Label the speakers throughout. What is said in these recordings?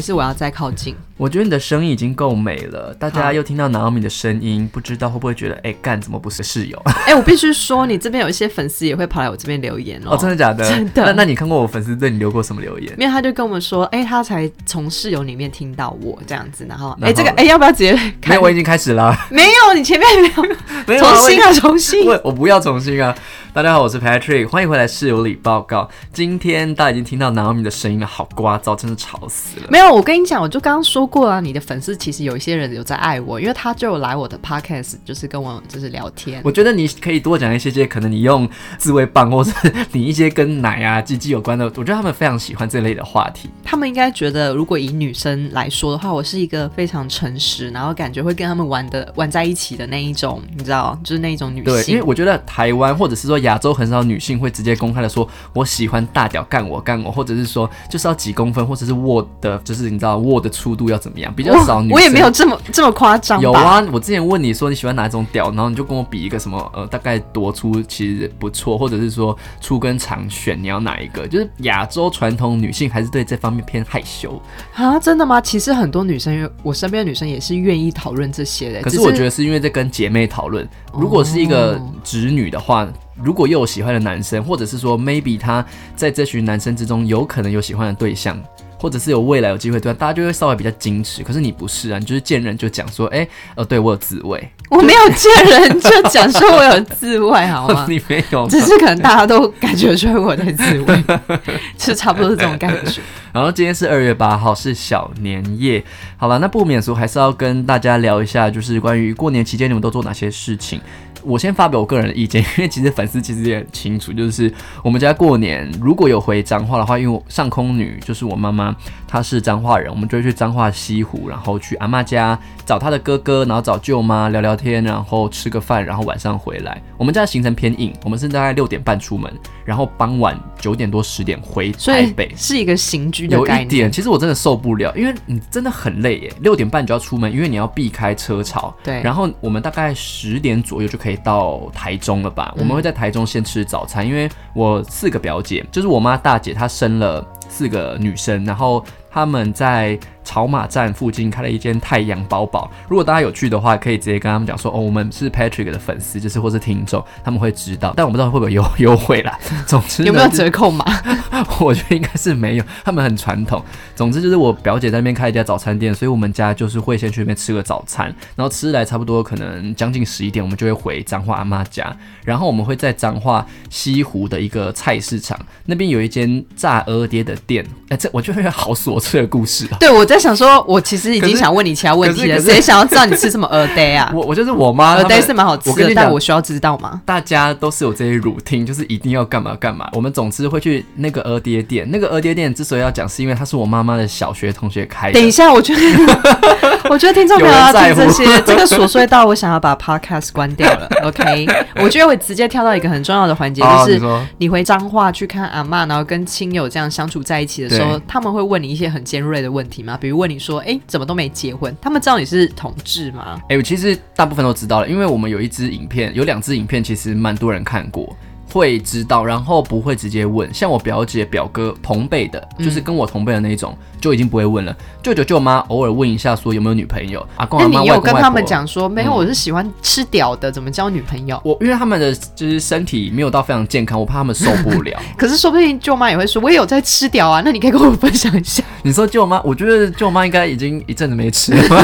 Speaker 1: 是我要再靠近？
Speaker 2: 我觉得你的声音已经够美了，大
Speaker 1: 好
Speaker 2: 家又听到 Naomi 的声音，不知道会不会觉得，哎、干怎么不是室 友？
Speaker 1: 哎、我必须说，你这边有一些粉丝也会跑来我这边留言哦。
Speaker 2: 哦，真的假的？
Speaker 1: 真的
Speaker 2: 那那你看过我粉丝对你留过什么留言？
Speaker 1: 因为他就跟我们说，哎、他才从室友里面听到我这样子，然后，哎、
Speaker 2: 然后
Speaker 1: 这个，哎、要不要直接
Speaker 2: 没
Speaker 1: 开？
Speaker 2: 有，我已经开始了。
Speaker 1: 没有，你前面没有，
Speaker 2: 没有啊，
Speaker 1: 重新
Speaker 2: 啊！
Speaker 1: 啊，重新。
Speaker 2: 我我不要重新啊！大家好，我是 Patrick，欢迎回来室友里报告。今天大家已经听到 Naomi 的声音了，好聒噪，真的吵死了。
Speaker 1: 没有，我跟你讲，我就刚刚说过啊，你的粉丝其实有一些人有在爱我，因为他就有来我的 podcast，就是跟我就是聊天。
Speaker 2: 我觉得你可以多讲一些些，可能你用自慰棒，或是你一些跟奶啊、鸡鸡有关的，我觉得他们非常喜欢这类的话题。
Speaker 1: 他们应该觉得，如果以女生来说的话，我是一个非常诚实，然后感觉会跟他们玩的玩在一起的那一种，你知道，就是那一种女
Speaker 2: 对，因为
Speaker 1: 性。
Speaker 2: 我觉得台湾或者是说亚洲很少女性会直接公开的说我喜欢大屌干我干我，或者是说就是要几公分，或者是握的，就是你知道握的粗度要怎么样，比较少女
Speaker 1: 我我也没有
Speaker 2: 生。
Speaker 1: 这么这么夸张吧？
Speaker 2: 有啊，我之前问你说你喜欢哪种屌，然后你就跟我比一个什么呃大概多粗，其实不错，或者是说粗跟长选你要哪一个？就是亚洲传统女性还是对这方面偏害羞，
Speaker 1: 啊，真的吗？其实很多女生，我身边的女生也是愿意讨论这些的。
Speaker 2: 可
Speaker 1: 哎只
Speaker 2: 是我觉得是因为在跟姐妹讨论，如果是一个直女的话，如果又有喜欢的男生，或者是说 maybe 她在这群男生之中有可能有喜欢的对象，或者是有未来有机会对象，大家就会稍微比较矜持。可是你不是啊，你就是见人就讲说，哎、呃，对我有自慰，
Speaker 1: 我没有见人就讲说我有自慰，好吗？
Speaker 2: 你没有吗。
Speaker 1: 只是可能大家都感觉出来我在自 慰，是差不多是这种感觉。
Speaker 2: 然后今天是二月八号，是小年夜。好了，那不免俗还是要跟大家聊一下，就是关于过年期间你们都做哪些事情。我先发表我个人的意见，因为其实粉丝其实也很清楚，就是我们家过年如果有回彰化的话，因为我上空女就是我妈妈，她是彰化人，我们就会去彰化西湖，然后去阿妈家找她的哥哥，然后找舅妈聊聊天，然后吃个饭，然后晚上回来。我们家的行程偏硬，我们是大概六点半出门，然后傍晚九点多十点回
Speaker 1: 所
Speaker 2: 台
Speaker 1: 以
Speaker 2: 北。
Speaker 1: 是一个刑拘的
Speaker 2: 有
Speaker 1: 概
Speaker 2: 一
Speaker 1: 念
Speaker 2: 点，。其实我真的受不了，因为你真的很累耶。六点半你就要出门，因为你要避开车潮。
Speaker 1: 对
Speaker 2: 然后我们大概十点左右就可以到台中了吧？我
Speaker 1: 嗯
Speaker 2: 们会在台中先吃早餐，因为我四个表姐，就是我妈大姐，她生了四个女生，然后她们在草马站附近开了一间太阳包宝。如果大家有去的话，可以直接跟他们讲说，哦，我们是 Patrick 的粉丝，就是或是听众，他们会知道。但我不知道会不会有 优惠啦。总之呢
Speaker 1: 有没有
Speaker 2: 就是
Speaker 1: 折扣码？
Speaker 2: 我觉得应该是没有，他们很传统。总之就是我表姐在那边开一家早餐店，所以我们家就是会先去那边吃个早餐，然后吃来差不多可能将近十一点，我们就会回彰化阿妈家，然后我们会在彰化西湖的一个菜市场那边有一间炸鹅爹的店，哎、这我觉得好琐碎的故事哦。
Speaker 1: 对，我在想说，我其实已
Speaker 2: 可
Speaker 1: 经
Speaker 2: 是
Speaker 1: 想问你其他问题了，
Speaker 2: 可是可是
Speaker 1: 谁想要知道你吃什么鹅呆啊？
Speaker 2: 我我就是我妈，
Speaker 1: 鹅
Speaker 2: 她
Speaker 1: 呆
Speaker 2: 们
Speaker 1: 是蛮好吃
Speaker 2: 我跟
Speaker 1: 的，
Speaker 2: 你
Speaker 1: 但
Speaker 2: 讲
Speaker 1: 我，需要知道吗？
Speaker 2: 大家都是有这些 routine，就是一定要干嘛干嘛。我们总之会去那个鹅爹店，那个鹅爹店之所以要讲，是因为它是我妈妈的小学同学开的。
Speaker 1: 等一下，我觉得， 我觉得听众朋友要听
Speaker 2: 有
Speaker 1: 这
Speaker 2: 人在乎
Speaker 1: 些，这个琐碎到我想要把 podcast 关掉 了。OK，我觉得我直接跳到一个很重要的环节，
Speaker 2: 哦
Speaker 1: 就
Speaker 2: 你
Speaker 1: 是
Speaker 2: 说
Speaker 1: 你回彰化去看阿嬷，然后跟亲友这样相处在一起的时候
Speaker 2: 对，
Speaker 1: 他们会问你一些很尖锐的问题吗？比如问你说，哎、怎么都没结婚？他们知道你是同志吗？
Speaker 2: 哎、我其实大部分都知道了，因为我们有一支影片，有两支影片，其实蛮多人看过，会知道，然后不会直接问。像我表姐、表哥同辈的，
Speaker 1: 嗯
Speaker 2: 就是跟我同辈的那一种，就已经不会问了。舅舅、舅妈偶尔问一下，说有没有女朋友，阿公、
Speaker 1: 那
Speaker 2: 阿
Speaker 1: 你
Speaker 2: 妈、外
Speaker 1: 有
Speaker 2: 公、
Speaker 1: 跟
Speaker 2: 外
Speaker 1: 他们
Speaker 2: 婆嗯
Speaker 1: 讲说，没有，我是喜欢吃屌的，怎么交女朋友？
Speaker 2: 我，因为他们的就是身体没有到非常健康，我怕他们受 不了。
Speaker 1: 可是说不定舅妈也会说，我也有在吃屌啊，那你可以跟我分享一下，
Speaker 2: 你说舅妈，我觉得舅妈应该已经一阵子没吃了，
Speaker 1: 所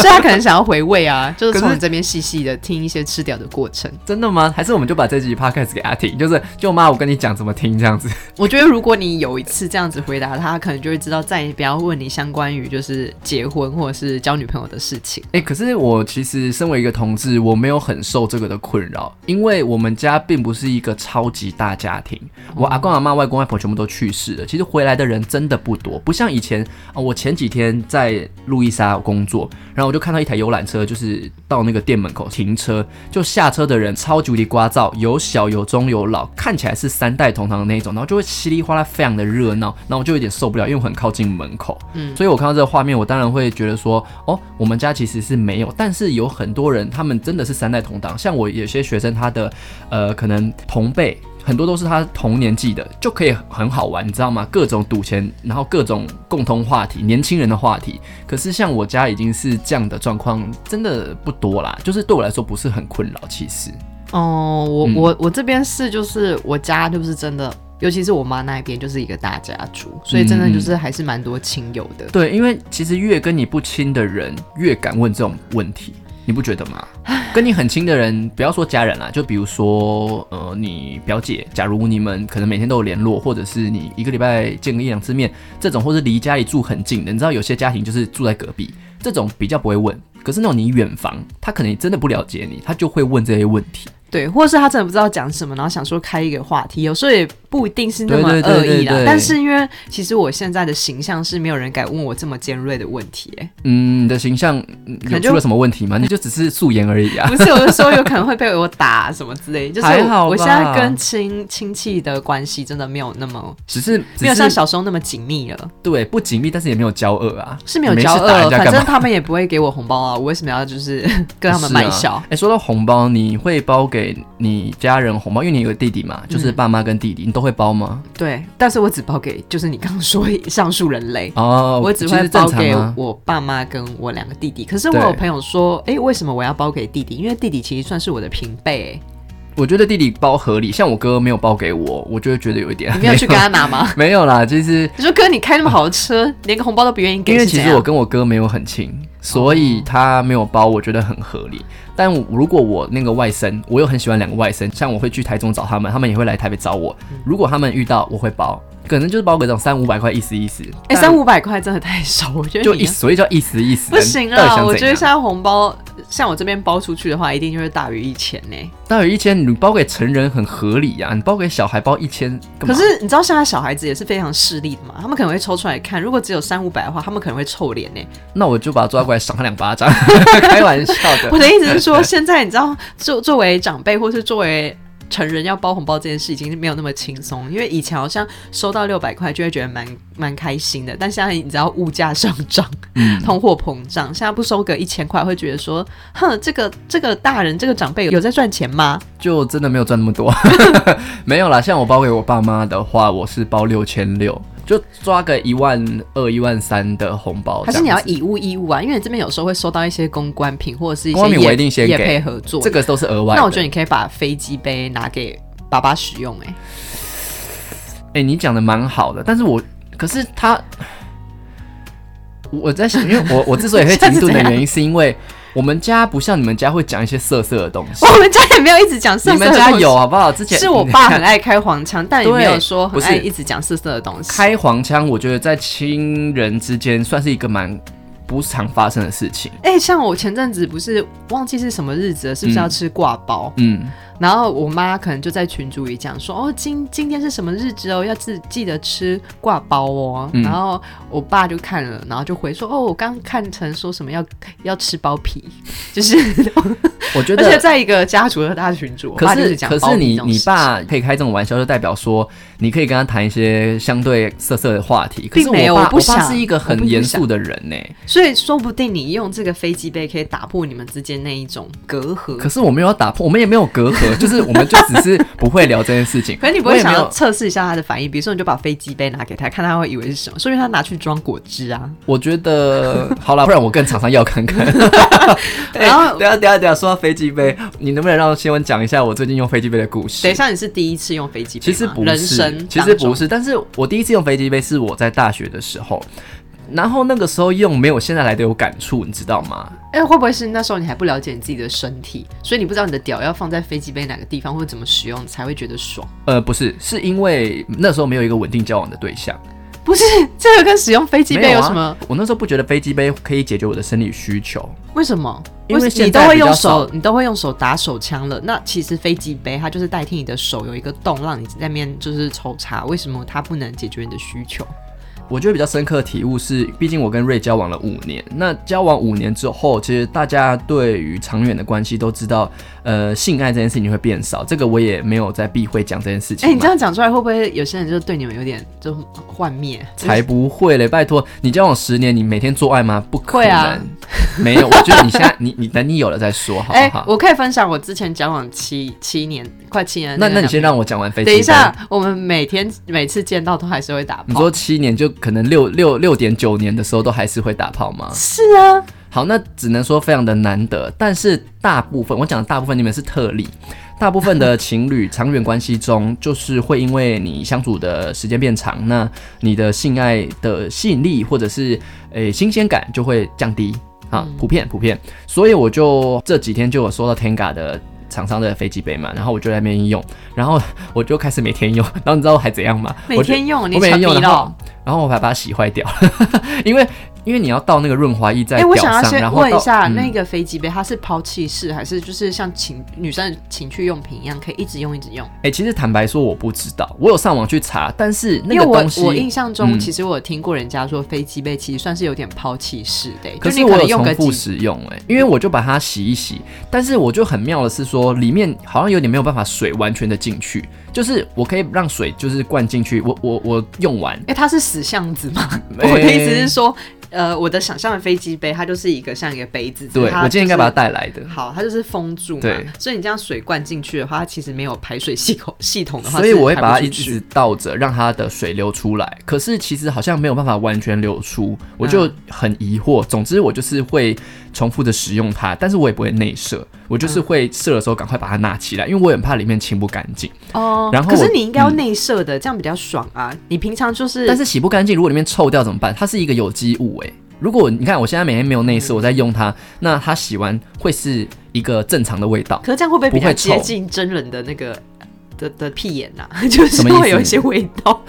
Speaker 1: 以他可能想要回味啊， 就是
Speaker 2: 可
Speaker 1: 从
Speaker 2: 是
Speaker 1: 你这边细细的听一些吃屌的过程。
Speaker 2: 真的吗？还是我们就把这集 podcast 给她听，就是舅妈，我跟你讲怎么听这样子。
Speaker 1: 我觉得如果你有一次这样子回答他，他可能就会知道再也不要问你相关于就是结婚或者是交女朋友的事情。
Speaker 2: 哎、可是我其实身为一个同志，我没有很受这个的困扰，因为我们家并不是一个超级大家庭，我阿公阿妈、外公外婆全部都去世了，其实回来的人真的不多，不像以前啊、我前几天在路易莎工作，然后我就看到一台游览车，就是到那个店门口停车，就下车的人超级无敌聒噪，有小有中有有老，看起来是三代同堂的那一种，然后就会稀里哗啦，非常的热闹，然后我就有点受不了，因为我很靠近门口，嗯，所以我看到这个画面，我当然会觉得说，哦，我们家其实是没有，但是有很多人他们真的是三代同堂，像我有些学生他的呃可能同辈。很多都是他同年纪的，就可以很好玩，你知道吗？各种赌钱，然后各种共同话题，年轻人的话题。可是像我家已经是这样的状况，真的不多啦，就是对我来说不是很困扰，其实。
Speaker 1: 哦，我
Speaker 2: 嗯
Speaker 1: 我我这边是就是我家就是真的，尤其是我妈那一边就是一个大家族，所以真的就是嗯还是蛮多亲友的。
Speaker 2: 对，因为其实越跟你不亲的人，越敢问这种问题，你不觉得吗？跟你很亲的人，不要说家人啦，啊就比如说呃，你表姐，假如你们可能每天都有联络，或者是你一个礼拜见个一两次面，这种或是离家里住很近的，你知道有些家庭就是住在隔壁，这种比较不会问。可是那种你远房，他可能真的不了解你，他就会问这些问题。
Speaker 1: 对，或是他真的不知道讲什么，然后想说开一个话题，有时候也不一定是那么恶意
Speaker 2: 对
Speaker 1: 啦。
Speaker 2: 对对对对
Speaker 1: 但是因为其实我现在的形象是没有人敢问我这么尖锐的问题、哎，
Speaker 2: 嗯，你的形象嗯
Speaker 1: 可
Speaker 2: 有
Speaker 1: 能就
Speaker 2: 出了什么问题吗？你就只是素颜而已啊。
Speaker 1: 不是，我是说有可能会被我打什么之类，就是
Speaker 2: 还好
Speaker 1: 我我
Speaker 2: 吧
Speaker 1: 现在跟亲亲戚的关系真的没有那么
Speaker 2: 只是只
Speaker 1: 没有像
Speaker 2: 是
Speaker 1: 小时候那么紧密了，
Speaker 2: 对不紧密，但是也没有交恶啊，
Speaker 1: 是没有
Speaker 2: 没事
Speaker 1: 骄
Speaker 2: 打
Speaker 1: 傲，
Speaker 2: 人家
Speaker 1: 反
Speaker 2: 干嘛
Speaker 1: 正他们也不会给我红包啊，我为什么要就是 跟他们
Speaker 2: 是啊
Speaker 1: 买笑？
Speaker 2: 哎、说到红包，你会包给你家人红包？因为你有个弟弟嘛，
Speaker 1: 嗯
Speaker 2: 就是爸妈跟弟弟，你都会包吗？
Speaker 1: 对，但是我只包给就是你刚刚说上述人类。
Speaker 2: 哦，
Speaker 1: 我只
Speaker 2: 其
Speaker 1: 会
Speaker 2: 实
Speaker 1: 包
Speaker 2: 正常
Speaker 1: 给
Speaker 2: 啊。
Speaker 1: 我爸妈跟我两个弟弟，可是我有
Speaker 2: 对
Speaker 1: 朋友说，哎、为什么我要包给弟弟？因为弟弟其实算是我的平辈、欸
Speaker 2: 我觉得弟弟包合理，像我哥没有包给我，我就会觉得有一点
Speaker 1: 哎，你没有去跟他拿吗？
Speaker 2: 没有 啦。其实
Speaker 1: 你说哥，你开那么好的车，连个红包都不愿意给，
Speaker 2: 因为
Speaker 1: 是
Speaker 2: 其
Speaker 1: 怎
Speaker 2: 实我
Speaker 1: 样哦
Speaker 2: 跟我哥没有很亲，所以他没有包，我觉得很合理。但我如果我那个外甥，我又很喜欢两个外甥，像我会去台中找他们，他们也会来台北找我。
Speaker 1: 嗯
Speaker 2: 如果他们遇到，我会包，可能就是包给这种三五百块，意思意思。
Speaker 1: 哎、
Speaker 2: 但
Speaker 1: 三五百块真的太少，我觉得
Speaker 2: 就
Speaker 1: 你
Speaker 2: 意，所以叫意思意思。
Speaker 1: 不行
Speaker 2: 到底想
Speaker 1: 啦，
Speaker 2: 怎
Speaker 1: 我觉得
Speaker 2: 样
Speaker 1: 现在红包像我这边包出去的话，一定就是大于一千呢、
Speaker 2: 大于一千，你包给成人很合理呀、你包给小孩包一千，
Speaker 1: 可
Speaker 2: 干嘛
Speaker 1: 是你知道现在小孩子也是非常势利的嘛，他们可能会抽出来看，如果只有三五百的话，他们可能会臭脸呢、
Speaker 2: 那我就把他抓过来赏他 两巴掌，开玩笑
Speaker 1: 我
Speaker 2: 的。
Speaker 1: 的意思是说，现在你知道，作作为长辈或是作为成人要包红包这件事，已经是没有那么轻松。因为以前好像收到六百块就会觉得蛮蛮开心的，但现在你知道物价上涨，
Speaker 2: 嗯
Speaker 1: 通货膨胀，现在不收个一千块会觉得说，哼，这个这个大人这个长辈有在赚钱吗？
Speaker 2: 就真的没有赚那么多， 没有啦。像我包给我爸妈的话，我是包六千六，就抓个一万二、一万三的红包。
Speaker 1: 还是
Speaker 2: 这
Speaker 1: 你
Speaker 2: 样
Speaker 1: 要
Speaker 2: 子
Speaker 1: 以物易物啊？因为你这边有时候会收到一些公关品或者是一
Speaker 2: 公关
Speaker 1: 些
Speaker 2: 品我一定
Speaker 1: 业
Speaker 2: 先
Speaker 1: 业
Speaker 2: 给
Speaker 1: 配合作，
Speaker 2: 这个都是额外的。
Speaker 1: 那我觉得你可以把飞机杯拿给爸爸使用、欸，哎。
Speaker 2: 哎、你讲的蛮好的，但是我可是他， 我在想，因为我我之所以会
Speaker 1: 现在
Speaker 2: 停
Speaker 1: 是
Speaker 2: 顿的
Speaker 1: 怎样
Speaker 2: 原因，是因为我们家不像你们家会讲一些色色的东西。
Speaker 1: 我们家也没有一直讲色
Speaker 2: 哦
Speaker 1: 哦
Speaker 2: 你
Speaker 1: 色的
Speaker 2: 们
Speaker 1: 东西，
Speaker 2: 家有好不好？之前
Speaker 1: 是我爸很爱开黄腔，但也没有
Speaker 2: 对
Speaker 1: 说
Speaker 2: 不
Speaker 1: 很
Speaker 2: 是
Speaker 1: 爱一直讲色色的东西。
Speaker 2: 开黄腔，我觉得在亲人之间算是一个蛮不常发生的事情。
Speaker 1: 哎、像我前阵子不是忘记是什么日子了，是不是要吃挂包？
Speaker 2: 嗯，
Speaker 1: 然后我妈可能就在群组里讲说，哦，今今天是什么日子哦，要记记得吃挂包哦。
Speaker 2: 嗯
Speaker 1: 然后我爸就看了，然后就回说，哦，我刚看成说什么要要吃包皮，就是
Speaker 2: 我觉
Speaker 1: 而且
Speaker 2: 得，
Speaker 1: 在一个家族的大群组，我
Speaker 2: 可
Speaker 1: 爸就是是讲
Speaker 2: 可
Speaker 1: 包
Speaker 2: 是
Speaker 1: 皮
Speaker 2: 你
Speaker 1: 这种
Speaker 2: 你
Speaker 1: 事情
Speaker 2: 爸可以开这种玩笑，就代表说你可以跟他谈一些相对色色的话题。可是
Speaker 1: 并没有
Speaker 2: 我爸
Speaker 1: 我不
Speaker 2: 爸
Speaker 1: 想
Speaker 2: 是一个
Speaker 1: 我
Speaker 2: 很
Speaker 1: 不
Speaker 2: 严
Speaker 1: 想
Speaker 2: 肃的人呢、
Speaker 1: 所以说不定你用这个飞机杯可以打破你们之间那一种隔阂。
Speaker 2: 可是我没有要打破，我们也没有隔阂，就是我们就只是不会聊这件事情。
Speaker 1: 可是你不
Speaker 2: 我
Speaker 1: 会
Speaker 2: 也没
Speaker 1: 想要
Speaker 2: 有，
Speaker 1: 测试一下他的反应，比如说你就把飞机杯拿给他，看他会以为是什么，说明他拿去装果汁啊。
Speaker 2: 我觉得好啦，不然我跟厂商要看 看。
Speaker 1: 然后
Speaker 2: 等一下等一下等一下，说到飞机杯，你能不能让先文讲一下我最近用飞机杯的故事？
Speaker 1: 等一下，你是第一次用飞机杯
Speaker 2: 其
Speaker 1: 吗
Speaker 2: 实不
Speaker 1: 人
Speaker 2: 是
Speaker 1: 生，
Speaker 2: 其
Speaker 1: 当
Speaker 2: 实不
Speaker 1: 中
Speaker 2: 是。但是我第一次用飞机杯是我在大学的时候，然后那个时候用没有现在来的有感触，你知道吗？
Speaker 1: 哎、会不会是那时候你还不了解你自己的身体，所以你不知道你的屌要放在飞机杯哪个地方或者怎么使用才会觉得爽？
Speaker 2: 呃，不是，是因为那时候没有一个稳定交往的对象。
Speaker 1: 不是，这个跟使用飞机
Speaker 2: 没
Speaker 1: 杯有
Speaker 2: 啊
Speaker 1: 什么？
Speaker 2: 我那时候不觉得飞机杯可以解决我的生理需求。
Speaker 1: 为什么？
Speaker 2: 因为
Speaker 1: 什
Speaker 2: 现
Speaker 1: 你都
Speaker 2: 在
Speaker 1: 会
Speaker 2: 比较
Speaker 1: 用
Speaker 2: 少
Speaker 1: 手，你都会用手打手枪了。那其实飞机杯它就是代替你的手有一个洞，让你在面就是抽查。为什么它不能解决你的需求？
Speaker 2: 我觉得比较深刻的体悟是，毕竟我跟瑞交往了五年，那交往五年之后，其实大家对于长远的关系都知道，呃，性爱这件事情会变少，这个我也没有在避讳讲这件事情
Speaker 1: 哎、
Speaker 2: 嘛。
Speaker 1: 你这样讲出来，会不会有些人就对你们有点就幻灭？
Speaker 2: 才不会嘞！拜托，你交往十年，你每天做爱吗？不可
Speaker 1: 会
Speaker 2: 能，
Speaker 1: 啊
Speaker 2: 没有。我觉得你现在，你你等你有了再说，好
Speaker 1: 哎、
Speaker 2: 不好？
Speaker 1: 我可以分享我之前交往七七年，快七年
Speaker 2: 那
Speaker 1: 的个
Speaker 2: 那你
Speaker 1: 男
Speaker 2: 先让我讲完飞机。
Speaker 1: 等一下，，我们每天每次见到都还是会打
Speaker 2: 你
Speaker 1: 炮。
Speaker 2: 说七年就可能六六六点九年的时候都还是会打炮吗？
Speaker 1: 是啊，
Speaker 2: 好，那只能说非常的难得，但是大部分我讲的大部分你们是特例，大部分的情侣长远关系中，就是会因为你相处的时间变长，那你的性爱的吸引力或者是诶、新鲜感就会降低啊，
Speaker 1: 嗯
Speaker 2: 普遍普遍。所以我就这几天就有收到 Tenga 的。厂商的飞机杯嘛，然后我就在那边用，然后我就开始每天用，然后你知道我还怎样吗？
Speaker 1: 每
Speaker 2: 我就
Speaker 1: 天用你
Speaker 2: 我每天
Speaker 1: 沉
Speaker 2: 用，
Speaker 1: 迷
Speaker 2: 然后
Speaker 1: 了。
Speaker 2: 然后我还把它洗坏掉， 因为因为你要倒那个润滑液在
Speaker 1: 哎、
Speaker 2: 屌
Speaker 1: 我想要
Speaker 2: 上，
Speaker 1: 先
Speaker 2: 然后
Speaker 1: 问
Speaker 2: 到
Speaker 1: 一下，
Speaker 2: 嗯
Speaker 1: 那个飞机杯它是抛弃式，还是就是像情女生的情趣用品一样，可以一直用一直用？
Speaker 2: 哎、其实坦白说我不知道，我有上网去查，但是那
Speaker 1: 因为
Speaker 2: 个
Speaker 1: 我
Speaker 2: 东西，
Speaker 1: 我印象中，
Speaker 2: 嗯
Speaker 1: 其实我有听过人家说飞机杯其实算是有点抛弃式的、
Speaker 2: 可
Speaker 1: 就是你
Speaker 2: 我
Speaker 1: 能
Speaker 2: 有
Speaker 1: 用
Speaker 2: 重
Speaker 1: 个
Speaker 2: 复
Speaker 1: 几
Speaker 2: 使用哎、因为我就把它洗一洗，但是我就很妙的是说，里面好像有点没有办法水完全的进去，就是我可以让水就是灌进去，我我我用完，
Speaker 1: 哎、它是死巷子 吗？
Speaker 2: 哎
Speaker 1: 我的意思是说，呃，我的想象的飞机杯，它就是一个像一个杯子，
Speaker 2: 对
Speaker 1: 它
Speaker 2: 我今天应该
Speaker 1: 就是
Speaker 2: 把它带来的。
Speaker 1: 好，它就是封住嘛
Speaker 2: 对，
Speaker 1: 所以你这样水灌进去的话，它其实没有排水系统系统的话，
Speaker 2: 所以
Speaker 1: 是
Speaker 2: 我会
Speaker 1: 排
Speaker 2: 把它
Speaker 1: 不
Speaker 2: 一
Speaker 1: 出去
Speaker 2: 直倒着，让它的水流出来。可是其实好像没有办法完全流出，我就
Speaker 1: 嗯
Speaker 2: 很疑惑。总之我就是会重复的使用它，但是我也不会内射，我就是会射的时候赶快把它拿起来，因为我很怕里面清不干净。
Speaker 1: 哦。
Speaker 2: 然后
Speaker 1: 可是
Speaker 2: 我嗯
Speaker 1: 你应该要内射的，这样比较爽啊。你平常就是，
Speaker 2: 但是洗不干净，如果里面臭掉怎么办？它是一个有机物诶、如果你看我现在每天没有内射，我在用它，那它洗完会是一个正常的味道。
Speaker 1: 可是这样会不会比
Speaker 2: 不
Speaker 1: 较
Speaker 2: 会
Speaker 1: 接
Speaker 2: 臭
Speaker 1: 近真人的那个的的屁眼呐、 就是
Speaker 2: 什么意思
Speaker 1: 会有一些味道。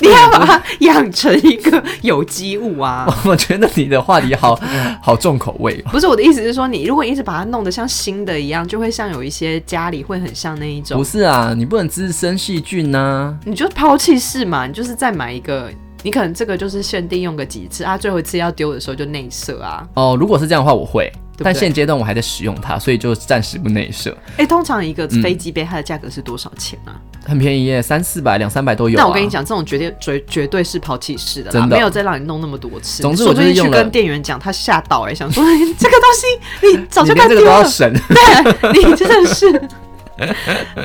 Speaker 1: 你要把它养成一个有机物啊！
Speaker 2: 我觉得你的话 题好
Speaker 1: 嗯
Speaker 2: 好重口味哦。
Speaker 1: 不是我的意思是说，你如果一直把它弄得像新的一样，就会像有一些家里会很像那一种
Speaker 2: 不，是啊，你不能滋生细菌啊呐、
Speaker 1: 你就抛弃式嘛，你就是再买一个，你可能这个就是限定用个几次啊，最后一次要丢的时候就内射啊。
Speaker 2: 哦，如果是这样的话，我会，
Speaker 1: 对不
Speaker 2: 但
Speaker 1: 对
Speaker 2: 现阶段我还在使用它，所以就暂时不内射。
Speaker 1: 哎，通常一个
Speaker 2: 嗯
Speaker 1: 飞机杯它的价格是多少钱啊？
Speaker 2: 很便宜耶，三四百、两三百都有、啊。
Speaker 1: 那我跟你，讲，这种绝对绝绝对是抛弃式的啦，
Speaker 2: 真的
Speaker 1: 没有再让你弄那么多次。
Speaker 2: 总之
Speaker 1: 说
Speaker 2: 我
Speaker 1: 不
Speaker 2: 就是
Speaker 1: 定去
Speaker 2: 用了
Speaker 1: 跟店员讲，他吓到哎、想说 这个东西你早
Speaker 2: 你
Speaker 1: 就该
Speaker 2: 连这个
Speaker 1: 丢
Speaker 2: 都要
Speaker 1: 了， 哎
Speaker 2: 省。
Speaker 1: 你真的是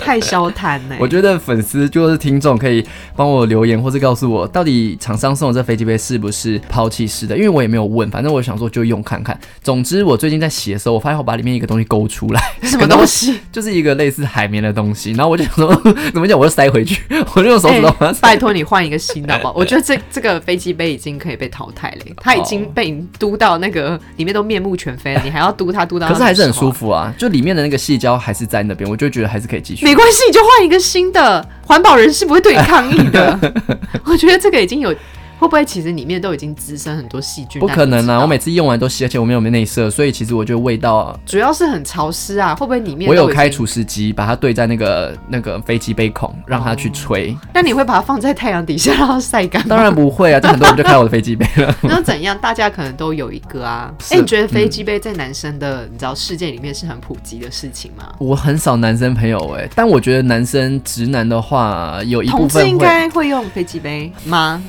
Speaker 1: 太消贪哎、
Speaker 2: 我觉得粉丝就是听众可以帮我留言，或是告诉我到底厂商送的这飞机杯是不是抛弃式的，因为我也没有问，反正我想说就用看看。总之，我最近在洗的时候，我发现我把里面一个东西勾出来，
Speaker 1: 什么东西？
Speaker 2: 就是一个类似海绵的东西，然后我就想说 怎么讲，我就塞回去， 我就用手指头把它
Speaker 1: 哎
Speaker 2: 塞。
Speaker 1: 拜托你换一个新的好 不好？我觉得这这个飞机杯已经可以被淘汰了，
Speaker 2: 哦
Speaker 1: 它已经被你嘟到那个里面都面目全非了，你还要嘟它嘟 到？
Speaker 2: 可是还是很舒。服啊，就里面的那个细胶还是在那边，我就觉得还是可以继续。
Speaker 1: 没关系，你就换一个新的，环保人士不会对你抗议的。 我觉得这个已经有，会不会其实里面都已经滋生很多细菌？
Speaker 2: 不可能
Speaker 1: 啊！
Speaker 2: 啊！我每次用完都洗，而且我没有内射，所以其实我觉得味道，
Speaker 1: 主要是很潮湿啊，会不会里面
Speaker 2: 我
Speaker 1: 都
Speaker 2: 有
Speaker 1: 已经
Speaker 2: 开？除湿机，把它对在那个那个飞机杯孔，让它去吹。
Speaker 1: 那你会把它放在太阳底下让它晒干吗？
Speaker 2: 当然不会啊，但很多人就开我的飞机杯了。
Speaker 1: 那又怎样？大家可能都有一个啊。
Speaker 2: 是嗯
Speaker 1: 哎、你觉得飞机杯在男生的、你知道世界里面是很普及的事情吗？
Speaker 2: 我很少男生朋友哎、但我觉得男生直男的话，有一部
Speaker 1: 同志
Speaker 2: 分
Speaker 1: 应
Speaker 2: 会
Speaker 1: 该会用飞机杯吗？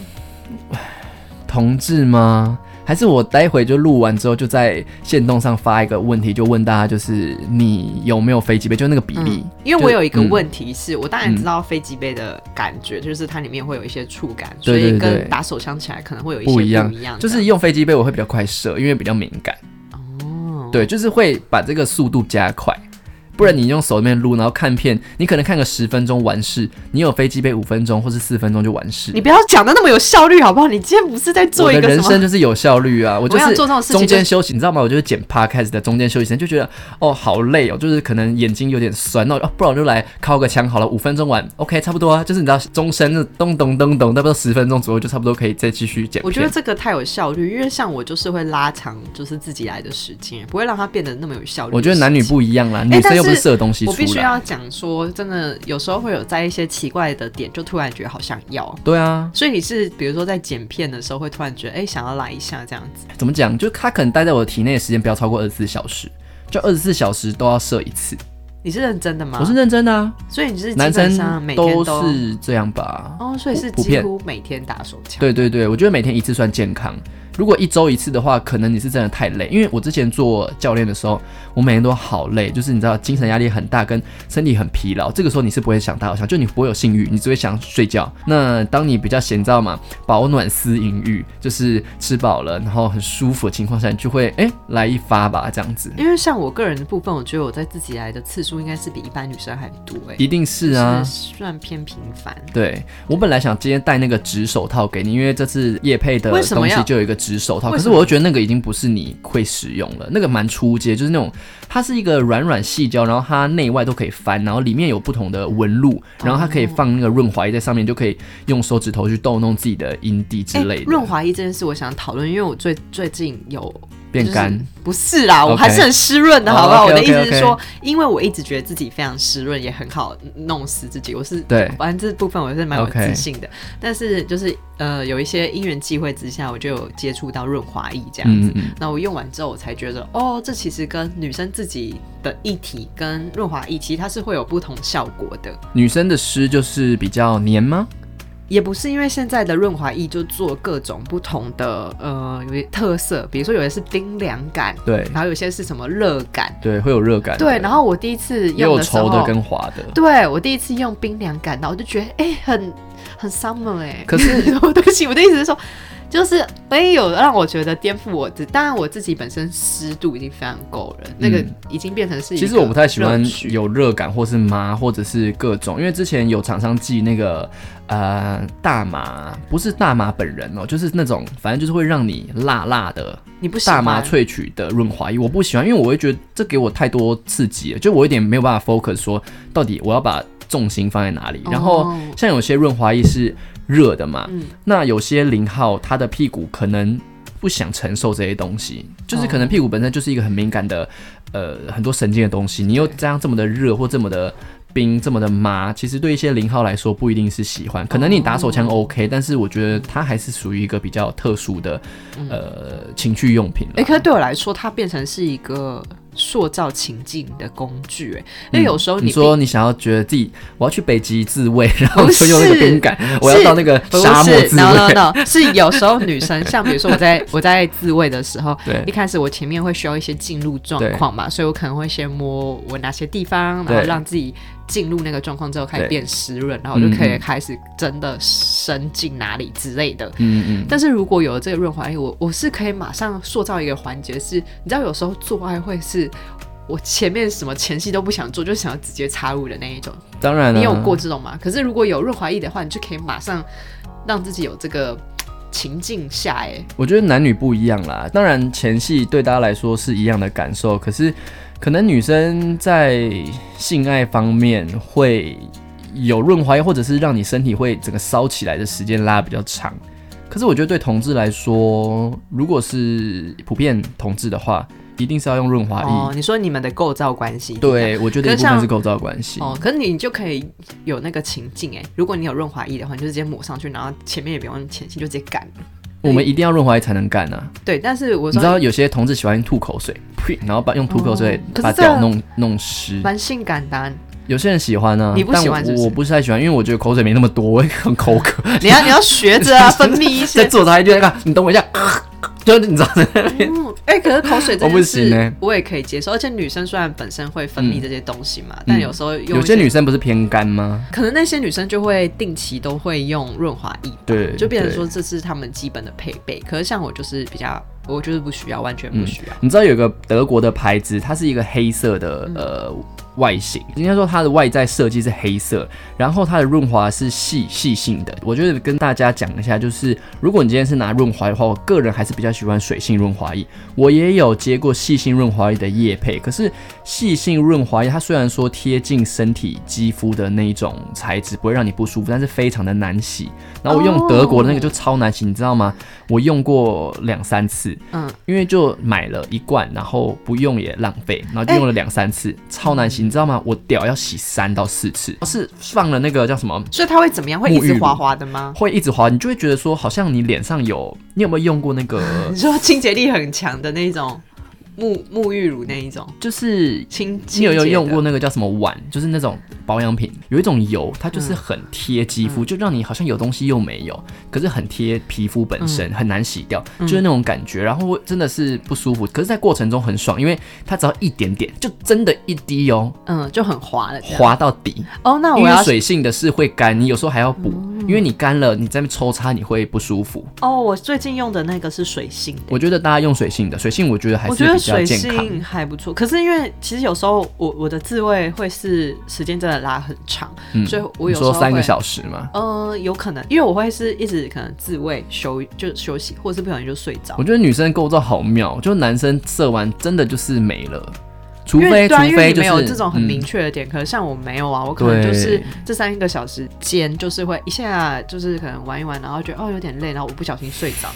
Speaker 2: 同志吗？还是我待会就录完之后，就在线动上发一个问题，就问大家，就是你有没有飞机杯，就那个比例。
Speaker 1: 因为
Speaker 2: 就
Speaker 1: 我有一个
Speaker 2: 嗯
Speaker 1: 问题是，我当然知道飞机杯的感觉，就是它里面会有一些触感，所
Speaker 2: 对对
Speaker 1: 以
Speaker 2: 对
Speaker 1: 跟打手枪起来可能会有一些
Speaker 2: 不
Speaker 1: 不
Speaker 2: 一
Speaker 1: 一
Speaker 2: 样
Speaker 1: 样的。
Speaker 2: 就是用飞机杯我会比较快射，因为比较敏感。
Speaker 1: 哦，
Speaker 2: 对，就是会把这个速度加快，不然你用手那边撸，然后看片，你可能看个十分钟完事，你有飞机杯五分钟或是四分钟就完事
Speaker 1: 你。不要讲的那么有效率好不好？你今天不是在做
Speaker 2: 我
Speaker 1: 一
Speaker 2: 的
Speaker 1: 个什
Speaker 2: 人生
Speaker 1: 么？
Speaker 2: 就是有效率啊！我就
Speaker 1: 我
Speaker 2: 是
Speaker 1: 想做这种事情
Speaker 2: 中间休息，你知道吗？我就是剪 podcast 的中间休息时间，就觉得哦好累哦，就是可能眼睛有点酸，那我就哦不然我就来敲个枪好了，五分钟完，OK 差不多啊。就是你知道钟声那咚咚咚咚，差不多十分钟左右就差不多可以再继续剪片。
Speaker 1: 我觉得这个太有效率，因为像我就是会拉长，就是自己来的时间，不会让它变得那么有效率。
Speaker 2: 我觉得男女，不一样啦，
Speaker 1: 哎、
Speaker 2: 女生
Speaker 1: 但
Speaker 2: 又
Speaker 1: 是
Speaker 2: 不是东西
Speaker 1: 我必
Speaker 2: 出
Speaker 1: 须
Speaker 2: 来。
Speaker 1: 要讲说，真的有时候会有在一些奇怪的点，就突然觉得好想要。
Speaker 2: 对啊，
Speaker 1: 所以你是比如说在剪片的时候，会突然觉得哎、想要来一下这样子。
Speaker 2: 怎么讲？就它可能待在我的体内的时间不要超过二十四小时，就二十四小时都要射一次。
Speaker 1: 你是认真的吗？
Speaker 2: 我是，认真的啊，
Speaker 1: 所以你是基
Speaker 2: 男
Speaker 1: 本上
Speaker 2: 生
Speaker 1: 每天都
Speaker 2: 是这样吧？
Speaker 1: 哦，所以是
Speaker 2: 普
Speaker 1: 几
Speaker 2: 遍
Speaker 1: 乎每天打手枪。
Speaker 2: 对对对，我觉得每天一次算健康。如果一周一次的话，可能你是真的太累。因为我之前做教练的时候，我每天都好累，就是你知道精神压力很大，跟身体很疲劳。这个时候你是不会想打好像就你不会有性欲，你只会想睡觉。那当你比较闲，你知道吗？保暖思淫欲，就是吃饱了，然后很舒服的情况下，你就会哎来一发吧，这样子。
Speaker 1: 因为像我个人的部分，我觉得我在自己来的次数应该是比一般女生还多哎、
Speaker 2: 一定是啊，
Speaker 1: 就是算偏频繁。
Speaker 2: 对我本来想今天带那个纸手套给你，因为这次叶配的
Speaker 1: 为什么
Speaker 2: 东
Speaker 1: 要
Speaker 2: 西就有一个纸手套，
Speaker 1: 为
Speaker 2: 可
Speaker 1: 什
Speaker 2: 是
Speaker 1: 么
Speaker 2: 我又觉得那个已经不是你会使用了，那个蛮出街，就是那种它是一个软软细胶，然后它内外都可以翻，然后里面有不同的纹路，然后它可以放那个润滑液在上面，就可以用手指头去逗弄自己的阴蒂之
Speaker 1: 哎
Speaker 2: 类的，
Speaker 1: 润滑液这件事，我想讨论，因为我最最近有
Speaker 2: 变干。
Speaker 1: 就是不是啦，我
Speaker 2: OK
Speaker 1: 还是很湿润的，好不好
Speaker 2: 哦
Speaker 1: 我的意
Speaker 2: ，OK，OK，OK
Speaker 1: 思是说因为我一直觉得自己非常湿润，也很好弄死自己。我是
Speaker 2: 对
Speaker 1: 反正这部分我是蛮有
Speaker 2: OK
Speaker 1: 自信的。但是就是呃，有一些因缘际会之下，我就有接触到润滑液这样子
Speaker 2: 嗯。嗯，
Speaker 1: 那、我用完之后，我才觉得哦，这其实跟女生自己的液体跟润滑液，其实它是会有不同效果的。
Speaker 2: 女生的湿就是比较黏吗？
Speaker 1: 也不是因为现在的润滑液就做各种不同的呃有些特色，比如说有的是冰凉感，
Speaker 2: 对
Speaker 1: 然后有些是什么热感，
Speaker 2: 对，会有热感的。
Speaker 1: 对。然后我第一次
Speaker 2: 也
Speaker 1: 用
Speaker 2: 有
Speaker 1: 的时候，
Speaker 2: 稠的跟滑的。
Speaker 1: 对我第一次用冰凉感，然后我就觉得哎、很很 summer 哎、
Speaker 2: 可是
Speaker 1: 对不起，我的意思是说。就是没有让我觉得颠覆我自，当然我自己本身湿度已经非常够了，那个
Speaker 2: 嗯
Speaker 1: 已经变成是一个
Speaker 2: 其实我不太喜欢
Speaker 1: 乐趣
Speaker 2: 有热感或是麻，或者是各种，因为之前有厂商寄那个呃大麻，不是大麻本人哦，就是那种反正就是会让你辣辣的
Speaker 1: 你不喜
Speaker 2: 大
Speaker 1: 欢
Speaker 2: 麻萃取的润滑液，我不喜欢，因为我会觉得这给我太多刺激了，就我有点没有办法 focus 说到底我要把重心放在哪里。然后啊
Speaker 1: 哦
Speaker 2: 像有些润滑液是热的嘛，
Speaker 1: 嗯
Speaker 2: 那有些零号他的屁股可能不想承受这些东西，就是可能屁股本身就是一个很敏感的，呃，很多神经的东西，你又这样这么的热或这么的。冰这么的麻，其实对一些零号来说不一定是喜欢，可能你打手枪 OK，、但是我觉得它还是属于一个比较特殊的，呃，情趣用品啦。
Speaker 1: 哎、可是对我来说，它变成是一个塑造情境的工具、哎，因为有时候
Speaker 2: 嗯你
Speaker 1: 你,、
Speaker 2: 说你想要觉得自己我要去北极自慰，然后
Speaker 1: 不
Speaker 2: 就用那个
Speaker 1: 是
Speaker 2: 冰感，我要到那个
Speaker 1: 不
Speaker 2: 沙漠
Speaker 1: 是
Speaker 2: 自慰。
Speaker 1: ，no no no，是有时候女生，像比如说我在 我在自慰的时候，
Speaker 2: 对
Speaker 1: 一开始我前面会需要一些进入状况嘛，所以我可能会先摸我哪些地方，然后
Speaker 2: 对
Speaker 1: 让自己进入那个状况之后开始
Speaker 2: 对
Speaker 1: 变湿润，然后我就可以
Speaker 2: 嗯嗯
Speaker 1: 开始真的伸进哪里之类的。
Speaker 2: 嗯嗯，
Speaker 1: 但是如果有了这个润滑液，我我是可以马上塑造一个环节是，你知道有时候做爱会是我前面什么前戏都不想做，就想要直接插入的那一种。
Speaker 2: 当然了，
Speaker 1: 你有过这种吗？可是如果有润滑液的话，你就可以马上让自己有这个情境下、哎，
Speaker 2: 我觉得男女不一样啦，当然前戏对大家来说是一样的感受，可是可能女生在性爱方面会有润滑液，或者是让你身体会整个烧起来的时间拉得比较长。可是我觉得对同志来说，如果是普遍同志的话，一定是要用润滑液。
Speaker 1: 哦，你说你们的构造关系，
Speaker 2: 啊对，我觉得
Speaker 1: 可
Speaker 2: 一部
Speaker 1: 是
Speaker 2: 分
Speaker 1: 像
Speaker 2: 是构造关系。
Speaker 1: 哦，可是你就可以有那个情境哎、如果你有润滑液的话，你就直接抹上去，然后前面也不用前戏，就直接干。
Speaker 2: 我们一定要润滑液才能干啊！
Speaker 1: 对，但是我
Speaker 2: 你知
Speaker 1: 说
Speaker 2: 道有些同志喜欢吐口水，呸，然后把用吐口水
Speaker 1: 哦可是
Speaker 2: 把
Speaker 1: 这
Speaker 2: 屌弄弄湿。
Speaker 1: 蛮性感的啊、
Speaker 2: 有些人喜欢啊，
Speaker 1: 你不喜欢是
Speaker 2: 但
Speaker 1: 不是
Speaker 2: 我我不是太喜欢，因为我觉得口水没那么多， 我会很口 渴。
Speaker 1: 你要你要学着啊，分泌一
Speaker 2: 在
Speaker 1: 些。
Speaker 2: 做他就那个，你等我一下， 就是你知道的，
Speaker 1: 嗯，哎、可是口水这
Speaker 2: 我不
Speaker 1: 件
Speaker 2: 行欸嗯
Speaker 1: 事，我也可以接受。而且女生虽然本身会分泌这些东西嘛，但有时候用
Speaker 2: 有
Speaker 1: 一
Speaker 2: 些女生不是偏干吗？
Speaker 1: 可能那些女生就会定期都会用润滑液，
Speaker 2: 对，
Speaker 1: 就变成
Speaker 2: 对
Speaker 1: 说。这是她们基本的配备。可是像我就是比较，我就是不需要，完
Speaker 2: 嗯
Speaker 1: 全不需要。
Speaker 2: 你知道有个德国的牌子，它是一个黑色的呃外形，应该说它的外在设计是黑色，然后它的润滑是细细性的。我觉得跟大家讲一下，就是如果你今天是拿润滑的话，我个人还是比较喜欢水性润滑液。我也有接过细性润滑液的液配，可是细性润滑液它虽然说贴近身体肌肤的那一种材质，不会让你不舒服，但是非常的难洗。然后我用德国的那个就超难洗，你知道吗？我用过两三次，
Speaker 1: 嗯，哎
Speaker 2: 因为就买了一罐，然后不用也浪费，然后就用了两三次，超难洗。你知道吗？我屌要洗三到四次，是放了那个叫什么？
Speaker 1: 所以它会怎么样？会一
Speaker 2: 沐浴
Speaker 1: 直
Speaker 2: 乳
Speaker 1: 滑滑的吗？
Speaker 2: 会一直滑，你就会觉得说，好像你脸上有，你有没有用过那个？
Speaker 1: 你说清洁力很强的那一种沐沐浴乳那一种，
Speaker 2: 就是
Speaker 1: 清
Speaker 2: 你有没有用
Speaker 1: 清洁
Speaker 2: 过
Speaker 1: 的嗯
Speaker 2: 那个叫什么碗？就是那种保养品，有一种油，它就是很贴肌肤，就让你好像有东西又没有，可是很贴皮肤本
Speaker 1: 嗯
Speaker 2: 身，很难洗掉，就是那种感觉。然后真的是不舒服，可是，在过程中很爽，因为它只要一点点，就真的一滴哦，
Speaker 1: 嗯，就很滑了这样。
Speaker 2: 滑到底。
Speaker 1: 哦，那
Speaker 2: 因
Speaker 1: 我
Speaker 2: 为
Speaker 1: 要嗯
Speaker 2: 水性的是会干，你有时候还要补，因为你干了，你在那边抽插你会不舒服。
Speaker 1: 哦，我最近用的那个是水性的。
Speaker 2: 我觉得大家用水性的，水性我觉得还
Speaker 1: 我
Speaker 2: 是
Speaker 1: 觉得
Speaker 2: 比较
Speaker 1: 水
Speaker 2: 健康。
Speaker 1: 性还不错，可是因为其实有时候我我的自慰会是时间真的拉很长，所以我
Speaker 2: 嗯你
Speaker 1: 有时候
Speaker 2: 说三个
Speaker 1: 会
Speaker 2: 小时吗？
Speaker 1: 嗯、有可能，因为我会是一直可能自慰休就休息，或者是不小心就睡着
Speaker 2: 我。觉得女生构造好妙，就男生射完真的就是没了，除
Speaker 1: 因为
Speaker 2: 非除
Speaker 1: 对啊，因为
Speaker 2: 非
Speaker 1: 你
Speaker 2: 就
Speaker 1: 没有
Speaker 2: 是
Speaker 1: 这种很明
Speaker 2: 嗯
Speaker 1: 确的点，可是像我没有啊，我可能就是
Speaker 2: 对
Speaker 1: 这三个小时间就是会一下就是可能玩一玩，然后觉得哦有点累，然后我不小心睡着，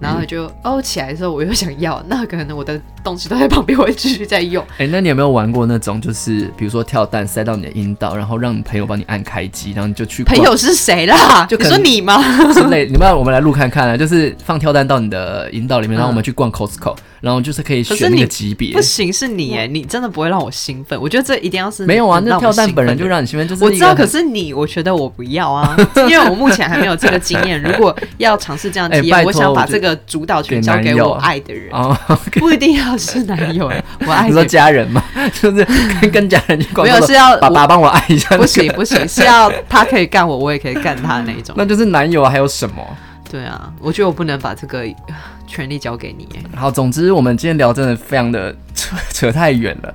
Speaker 1: 然后
Speaker 2: 嗯
Speaker 1: 就、哦起来的时候我又想要，那可能我的东西都在旁边，我会继续在用。
Speaker 2: 哎、那你有没有玩过那种就是比如说跳蛋塞到你的阴道，然后让你朋友帮你按开机，然后你就去
Speaker 1: 朋友是谁啦？
Speaker 2: 就可
Speaker 1: 你
Speaker 2: 能
Speaker 1: 说你吗？
Speaker 2: 逛 之类？你们我们来录看看啊，就是放跳蛋到你的阴道里面，然
Speaker 1: 嗯
Speaker 2: 后我们去逛 Costco，然后就是可以
Speaker 1: 可是
Speaker 2: 选那
Speaker 1: 你
Speaker 2: 个级别
Speaker 1: 不。行，是你哎，你真的不会让我兴奋。我觉得这一定要是
Speaker 2: 没有啊，
Speaker 1: 你
Speaker 2: 那
Speaker 1: 嗯让我
Speaker 2: 跳蛋
Speaker 1: 兴
Speaker 2: 本人
Speaker 1: 奋
Speaker 2: 就
Speaker 1: 的
Speaker 2: 让你兴奋，就是
Speaker 1: 我
Speaker 2: 一
Speaker 1: 知
Speaker 2: 个
Speaker 1: 道，
Speaker 2: 很
Speaker 1: 可是你，我觉得我不要 啊，因为我目前还没有这个经验。如果要尝试这样
Speaker 2: 哎
Speaker 1: 体验，
Speaker 2: 拜托
Speaker 1: 我想把
Speaker 2: 我觉
Speaker 1: 这个主导权
Speaker 2: 给
Speaker 1: 交
Speaker 2: 男
Speaker 1: 给
Speaker 2: 友
Speaker 1: 我爱的人，
Speaker 2: 哦，
Speaker 1: 不一定要是男 友，我爱
Speaker 2: 你
Speaker 1: 的
Speaker 2: 说
Speaker 1: 人。
Speaker 2: 家人嘛， 就是跟跟家人去逛，
Speaker 1: 哎没有
Speaker 2: 说
Speaker 1: 是要
Speaker 2: 爸爸帮我按一下、那
Speaker 1: 不
Speaker 2: 个
Speaker 1: 行不行，是要他可以干我，我也可以干他那一 种。
Speaker 2: 那就是男友啊，还有什么？
Speaker 1: 对啊，我觉得我不能把这个 呃权利交给你哎。
Speaker 2: 好，总之我们今天聊真的非常的 扯扯太远了。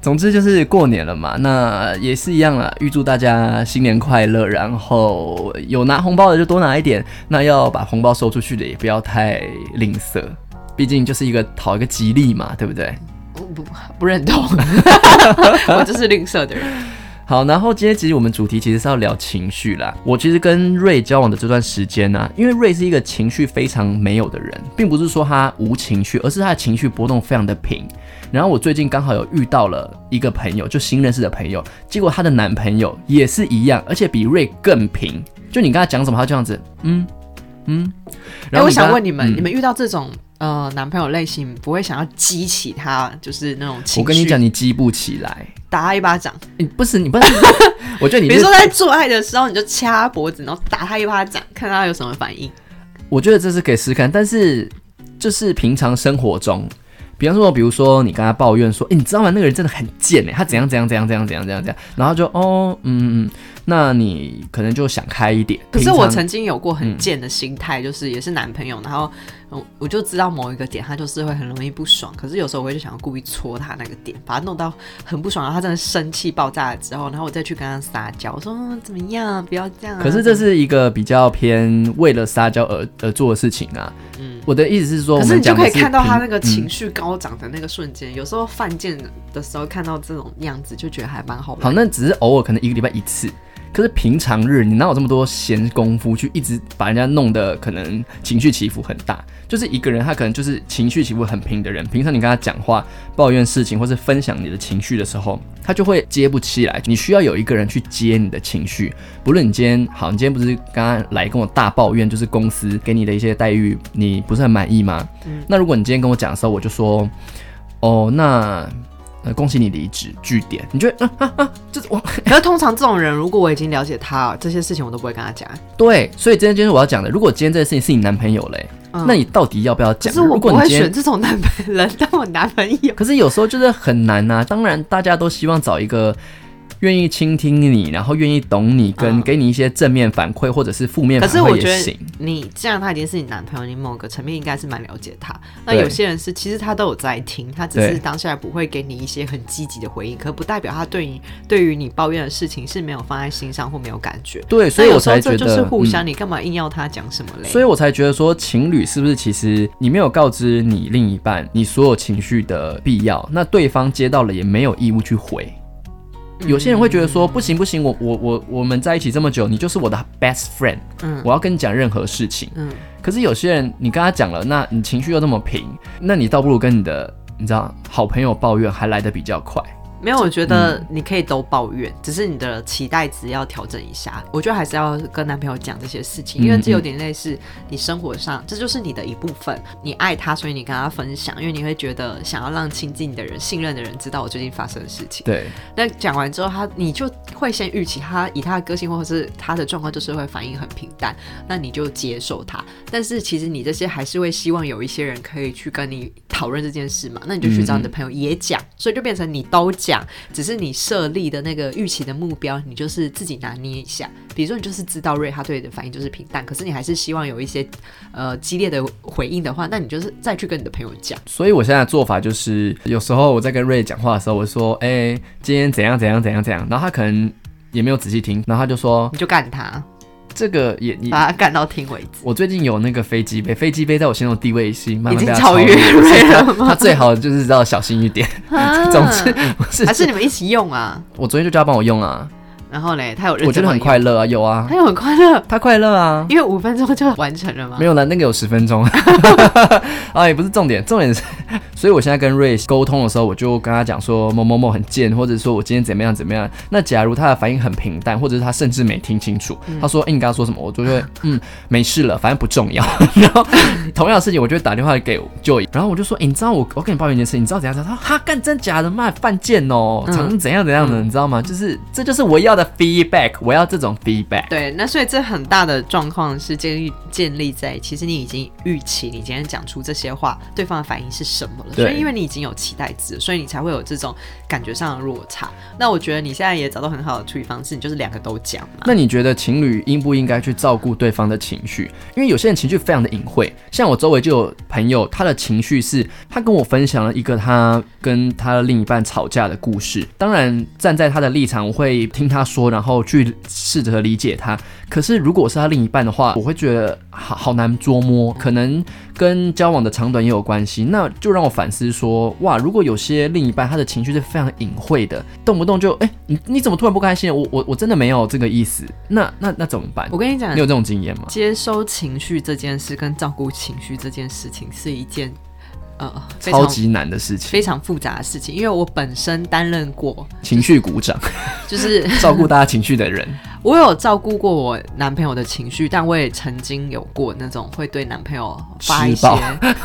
Speaker 2: 总之就是过年了嘛，那也是一样啦，预祝大家新年快乐。然后有拿红包的就多拿一点，那要把红包收出去的也不要太吝啬，毕竟就是一个讨一个吉利嘛，对不对？
Speaker 1: 我不不认 同，我就是吝啬的人。
Speaker 2: 好，然后今天其实我们主题其实是要聊情绪啦。我其实跟瑞交往的这段时间呢、啊因为瑞是一个情绪非常没有的人，并不是说他无情绪，而是他的情绪波动非常的平。然后我最近刚好有遇到了一个朋友，就新认识的朋友，结果她的男朋友也是一样，而且比瑞更平。就你跟他讲什么，他这样子，嗯嗯。
Speaker 1: 哎、
Speaker 2: 然后
Speaker 1: 我
Speaker 2: 你跟
Speaker 1: 想
Speaker 2: 他
Speaker 1: 问你们，
Speaker 2: 嗯
Speaker 1: 你们遇到这种呃男朋友类型，不会想要激起他就是那种情绪？
Speaker 2: 我跟你讲，，你激不起来。
Speaker 1: 打他一巴掌。
Speaker 2: 你不是你不是， 我觉得你
Speaker 1: 比
Speaker 2: 是
Speaker 1: 如说在做爱的时候，你就掐他脖子，然后打他一巴掌，看他有什么反应。
Speaker 2: 我觉得这是可以试试看，但是就是平常生活中，比方说，比如说你跟他抱怨说，哎、你知道吗？那个人真的很贱哎，他怎样怎样怎样怎样怎样怎样怎样，然后就哦，嗯嗯，嗯那你可能就想开一点。
Speaker 1: 可是
Speaker 2: 平常
Speaker 1: 我曾经有过很贱的心态，就是也是男朋友，然后嗯我就知道某一个点，他就是会很容易不爽。可是有时候我会就想要故意戳他那个点，把他弄到很不爽，然后他真的生气爆炸了之后，然后我再去跟他撒娇，我说、嗯怎么样，不要这样、啊。
Speaker 2: 可是这，是一个比较偏为了撒娇而而做的事情啊。
Speaker 1: 嗯
Speaker 2: 我的意思是说，
Speaker 1: 可
Speaker 2: 我
Speaker 1: 是
Speaker 2: 们
Speaker 1: 你就
Speaker 2: 讲的
Speaker 1: 可以看到他那个
Speaker 2: 平嗯
Speaker 1: 情绪高涨的那个瞬间。有时候犯贱的时候看到这种样子，就觉得还蛮好玩的。
Speaker 2: 好，那只是偶尔可能一个礼拜一次。可是平常日你哪有这么多闲工夫去一直把人家弄得可能情绪起伏很大？就是一个人他可能就是情绪起伏很平的人，平常你跟他讲话、抱怨事情或是分享你的情绪的时候，他就会接不起来。你需要有一个人去接你的情绪，不论你今天好，你今天不是刚刚来跟我大抱怨，就是公司给你的一些待遇你不是很满意吗？那如果你今天跟我讲的时候，我就说，哦，那。呃，恭喜你离职，据点，你就会啊啊啊，就是我
Speaker 1: 可是通常这种人，如果我已经了解他这些事情，我都不会跟他讲。
Speaker 2: 对，所以今天就是我要讲的。如果今天这件事情是你男朋友嘞，
Speaker 1: 嗯
Speaker 2: 那你到底要不要
Speaker 1: 可
Speaker 2: 讲？
Speaker 1: 是我
Speaker 2: 如
Speaker 1: 不
Speaker 2: 果
Speaker 1: 会
Speaker 2: 你今
Speaker 1: 选
Speaker 2: 天，
Speaker 1: 这种男朋 人当我男朋友。
Speaker 2: 可是有时候就是很难呐、当然，大家都希望找一个愿意倾听你，然后愿意懂你，跟
Speaker 1: 嗯
Speaker 2: 给你一些正面反馈或者是负面
Speaker 1: 可
Speaker 2: 反
Speaker 1: 是我
Speaker 2: 馈
Speaker 1: 觉
Speaker 2: 也
Speaker 1: 得
Speaker 2: 行。
Speaker 1: 你既然他已经是你男朋友，你某个层面应该是蛮了解他。那
Speaker 2: 对
Speaker 1: 有些人是其实他都有在听，他只
Speaker 2: 对
Speaker 1: 是当下不会给你一些很积极的回应，可不代表他对你对于你抱怨的事情是没有放在心上或没有感觉。
Speaker 2: 对，所以
Speaker 1: 那
Speaker 2: 我
Speaker 1: 有时候
Speaker 2: 才觉
Speaker 1: 这
Speaker 2: 得
Speaker 1: 就是互
Speaker 2: 嗯
Speaker 1: 相，你干嘛硬要他讲什么嘞？
Speaker 2: 所以我才觉得说，情侣是不是其实你没有告知你另一半你所有情绪的必要，那对方接到了也没有义务去回。有些人会觉得说，不行不行，我我我我们在一起这么久，你就是我的 best friend，
Speaker 1: 嗯
Speaker 2: 我要跟你讲任何事情。
Speaker 1: 嗯，
Speaker 2: 可是有些人，你跟他讲了，那你情绪又那么平，那你倒不如跟你的，你知道，好朋友抱怨还来得比较快。
Speaker 1: 没有，我觉得你可以都抱怨，只是你的期待值要调整一下。我觉得还是要跟男朋友讲这些事情，因为这有点类似你生活上，这就是你的一部分。你爱他，所以你跟他分享，因为你会觉得想要让亲近的人、信任的人知道我最近发生的事情。
Speaker 2: 对，
Speaker 1: 那讲完之后，他你就会先预期他以他的个性或者是他的状况，就是会反应很平淡，那你就接受他。但是其实你这些还是会希望有一些人可以去跟你讨论这件事嘛，那你就去找你的朋友也讲，所以就变成你都讲，只是你设立的那个预期的目标，你就是自己拿捏一下。比如说你就是知道瑞他对你的反应就是平淡，可是你还是希望有一些呃激烈的回应的话，那你就是再去跟你的朋友讲。
Speaker 2: 所以我现在的做法就是，有时候我在跟瑞讲话的时候，我说，哎、今天怎样怎样怎样怎样，然后他可能也没有仔细听，然后他就说，
Speaker 1: 你就干他，
Speaker 2: 这个也你。
Speaker 1: 把他干到听为止，
Speaker 2: 我最近有那个飞机杯，飞机杯在我心中的地位是慢
Speaker 1: 已
Speaker 2: 慢
Speaker 1: 经
Speaker 2: 被他
Speaker 1: 超越瑞了吗？
Speaker 2: 他最好就是要小心一点。 总之，我嗯是
Speaker 1: 啊还是你们一起用啊？
Speaker 2: 我昨天就叫他帮我用啊，
Speaker 1: 然后嘞，他有认
Speaker 2: 我觉
Speaker 1: 真
Speaker 2: 得很
Speaker 1: 帮你
Speaker 2: 快乐啊，有
Speaker 1: 用，
Speaker 2: 啊，
Speaker 1: 他有很快乐，
Speaker 2: 他快乐啊，
Speaker 1: 因为五分钟就完成了嘛
Speaker 2: 没。有了，那个有十分钟 啊，也不是重点，重点是， 所以我现在跟瑞沟通的时候，我就跟他讲说某某某很贱，或者说我今天怎么样怎么样。那假如他的反应很平淡，或者是他甚至没听清楚，他说：“哎、你刚刚说什么？”我就会嗯，没事了，反正不重要。 然后同样的事情，我就会打电话给 Joy，然后我就说：“哎、你知道我我跟你抱怨一件事，你知道怎样怎样？”他说哈干真假的嘛，犯贱哦，
Speaker 1: 嗯
Speaker 2: 常常怎样怎样的，你知道吗？就是这就是我要的 feedback，我要这种 feedback。
Speaker 1: 对，那所以这很大的状况是建立建立在，其实你已经预期你今天讲出这些话，对方的反应是什么了。
Speaker 2: 对
Speaker 1: 所以因为你已经有期待值了，所以你才会有这种感觉上的落差。那我觉得你现在也找到很好的处理方式，你就是两个都讲嘛。
Speaker 2: 那你觉得情侣应不应该去照顾对方的情绪？因为有些人情绪非常的隐晦，像我周围就有朋友，他的情绪是他跟我分享了一个他跟他的另一半吵架的故事。当然，站在他的立场，我会听他说，然后去试着理解他。可是如果是他另一半的话，我会觉得好好难捉摸，可能跟交往的长短也有关系。那就让我反思说，哇，如果有些另一半他的情绪是非常隐晦的，动不动就哎、你你怎么突然不开心了？我我我真的没有这个意思。那那那怎么办
Speaker 1: 我？跟你讲
Speaker 2: 你，有这种经验吗？
Speaker 1: 接收情绪这件事跟照顾情绪这件事情是一件呃非
Speaker 2: 超
Speaker 1: 常
Speaker 2: 级难的事情
Speaker 1: 非，常复杂的事情，因为我本身担任过，
Speaker 2: 情绪鼓掌，
Speaker 1: 就是。
Speaker 2: 照顾大家情绪的人，
Speaker 1: 我有照顾过我男朋友的情绪，但我也曾经有过那种会对男朋友发一
Speaker 2: 施
Speaker 1: 些
Speaker 2: 暴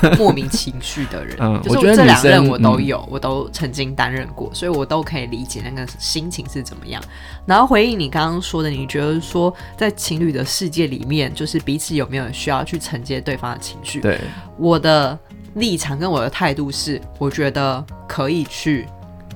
Speaker 1: 莫名情绪的人。
Speaker 2: 嗯
Speaker 1: 就是
Speaker 2: 我觉得
Speaker 1: 这
Speaker 2: 女
Speaker 1: 两
Speaker 2: 生
Speaker 1: 任我都
Speaker 2: 嗯
Speaker 1: 有，我都曾经担任过，所以我都可以理解那个心情是怎么样。然后回应你刚刚说的，你觉得说在情侣的世界里面，就是彼此有没有需要去承接对方的情绪？
Speaker 2: 对，
Speaker 1: 我的立场跟我的态度是，我觉得可以去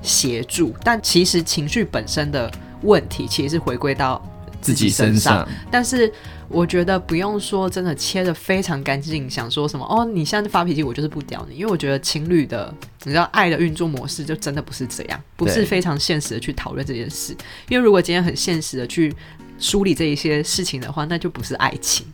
Speaker 1: 协助，但其实情绪本身的问题，其实是回归到
Speaker 2: 自己身
Speaker 1: 身
Speaker 2: 上。
Speaker 1: 但是我觉得不用说真的切的非常干净，想说什么哦，你现在发脾气，我就是不屌你，因为我觉得情侣的你知道爱的运作模式就真的不是这样，不
Speaker 2: 对
Speaker 1: 是非常现实的去讨论这件事，因为如果今天很现实的去梳理这一些事情的话，那就不是爱情。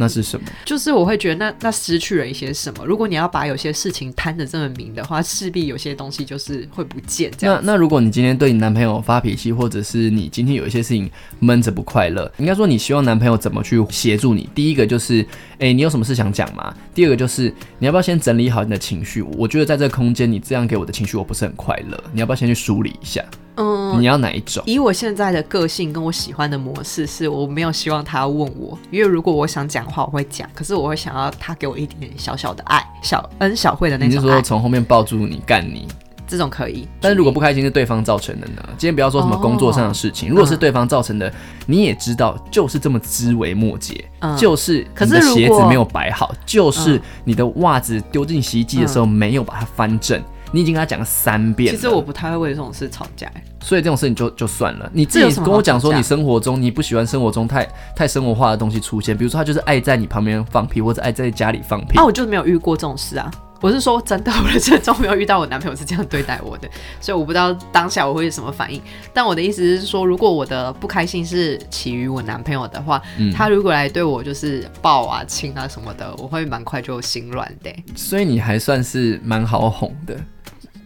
Speaker 2: 那是什么？
Speaker 1: 就是我会觉得那那失去了一些什么。如果你要把有些事情摊得这么明的话，势必有些东西就是会不见这
Speaker 2: 那
Speaker 1: 样。
Speaker 2: 那如果你今天对你男朋友发脾气，或者是你今天有一些事情闷着不快乐，应该说你希望男朋友怎么去协助你？第一个就是，哎、你有什么事想讲吗？第二个就是你要不要先整理好你的情绪？我觉得在这个空间，你这样给我的情绪我不是很快乐，你要不要先去梳理一下？
Speaker 1: 嗯，
Speaker 2: 你要哪一种？
Speaker 1: 以我现在的个性跟我喜欢的模式，是我没有希望他问我，因为如果我想讲的话，我会讲，可是我会想要他给我一点点小小的爱，小恩小惠的那
Speaker 2: 你是
Speaker 1: 种
Speaker 2: 说
Speaker 1: 爱，
Speaker 2: 从后面抱住你干你？
Speaker 1: 这种可以。
Speaker 2: 但是如果不开心是对方造成的呢？今天不要说什么工作上的事
Speaker 1: 哦
Speaker 2: 情，如果是对方造成的，你也知道，就是这么枝微末节，
Speaker 1: 嗯
Speaker 2: 就是
Speaker 1: 可
Speaker 2: 你
Speaker 1: 是
Speaker 2: 的
Speaker 1: 如果
Speaker 2: 鞋子没有摆好，就是
Speaker 1: 嗯
Speaker 2: 你的袜子丢进洗衣机的时候没有把它翻正。你已经跟他讲了三遍
Speaker 1: 其
Speaker 2: 了，
Speaker 1: 实我不太会为这种事吵架，
Speaker 2: 所以这种事情就就算了。你自
Speaker 1: 这有
Speaker 2: 己
Speaker 1: 什么
Speaker 2: 跟我讲说，
Speaker 1: 好
Speaker 2: 你
Speaker 1: 吵架
Speaker 2: 生活中你不喜欢生活中太太生活化的东西出现，比如说他就是爱在你旁边放屁，或者爱在家里放屁
Speaker 1: 啊，。我就没有遇过这种事啊。我是说真的，我人生中没有遇到我男朋友是这样对待我的，所以我不知道当下我会有什么反应。但我的意思是说，如果我的不开心是起于我男朋友的话，
Speaker 2: 嗯
Speaker 1: 他如果来对我就是抱啊、亲啊什么的，我会蛮快就心软的欸、
Speaker 2: 所以你还算是蛮好哄的。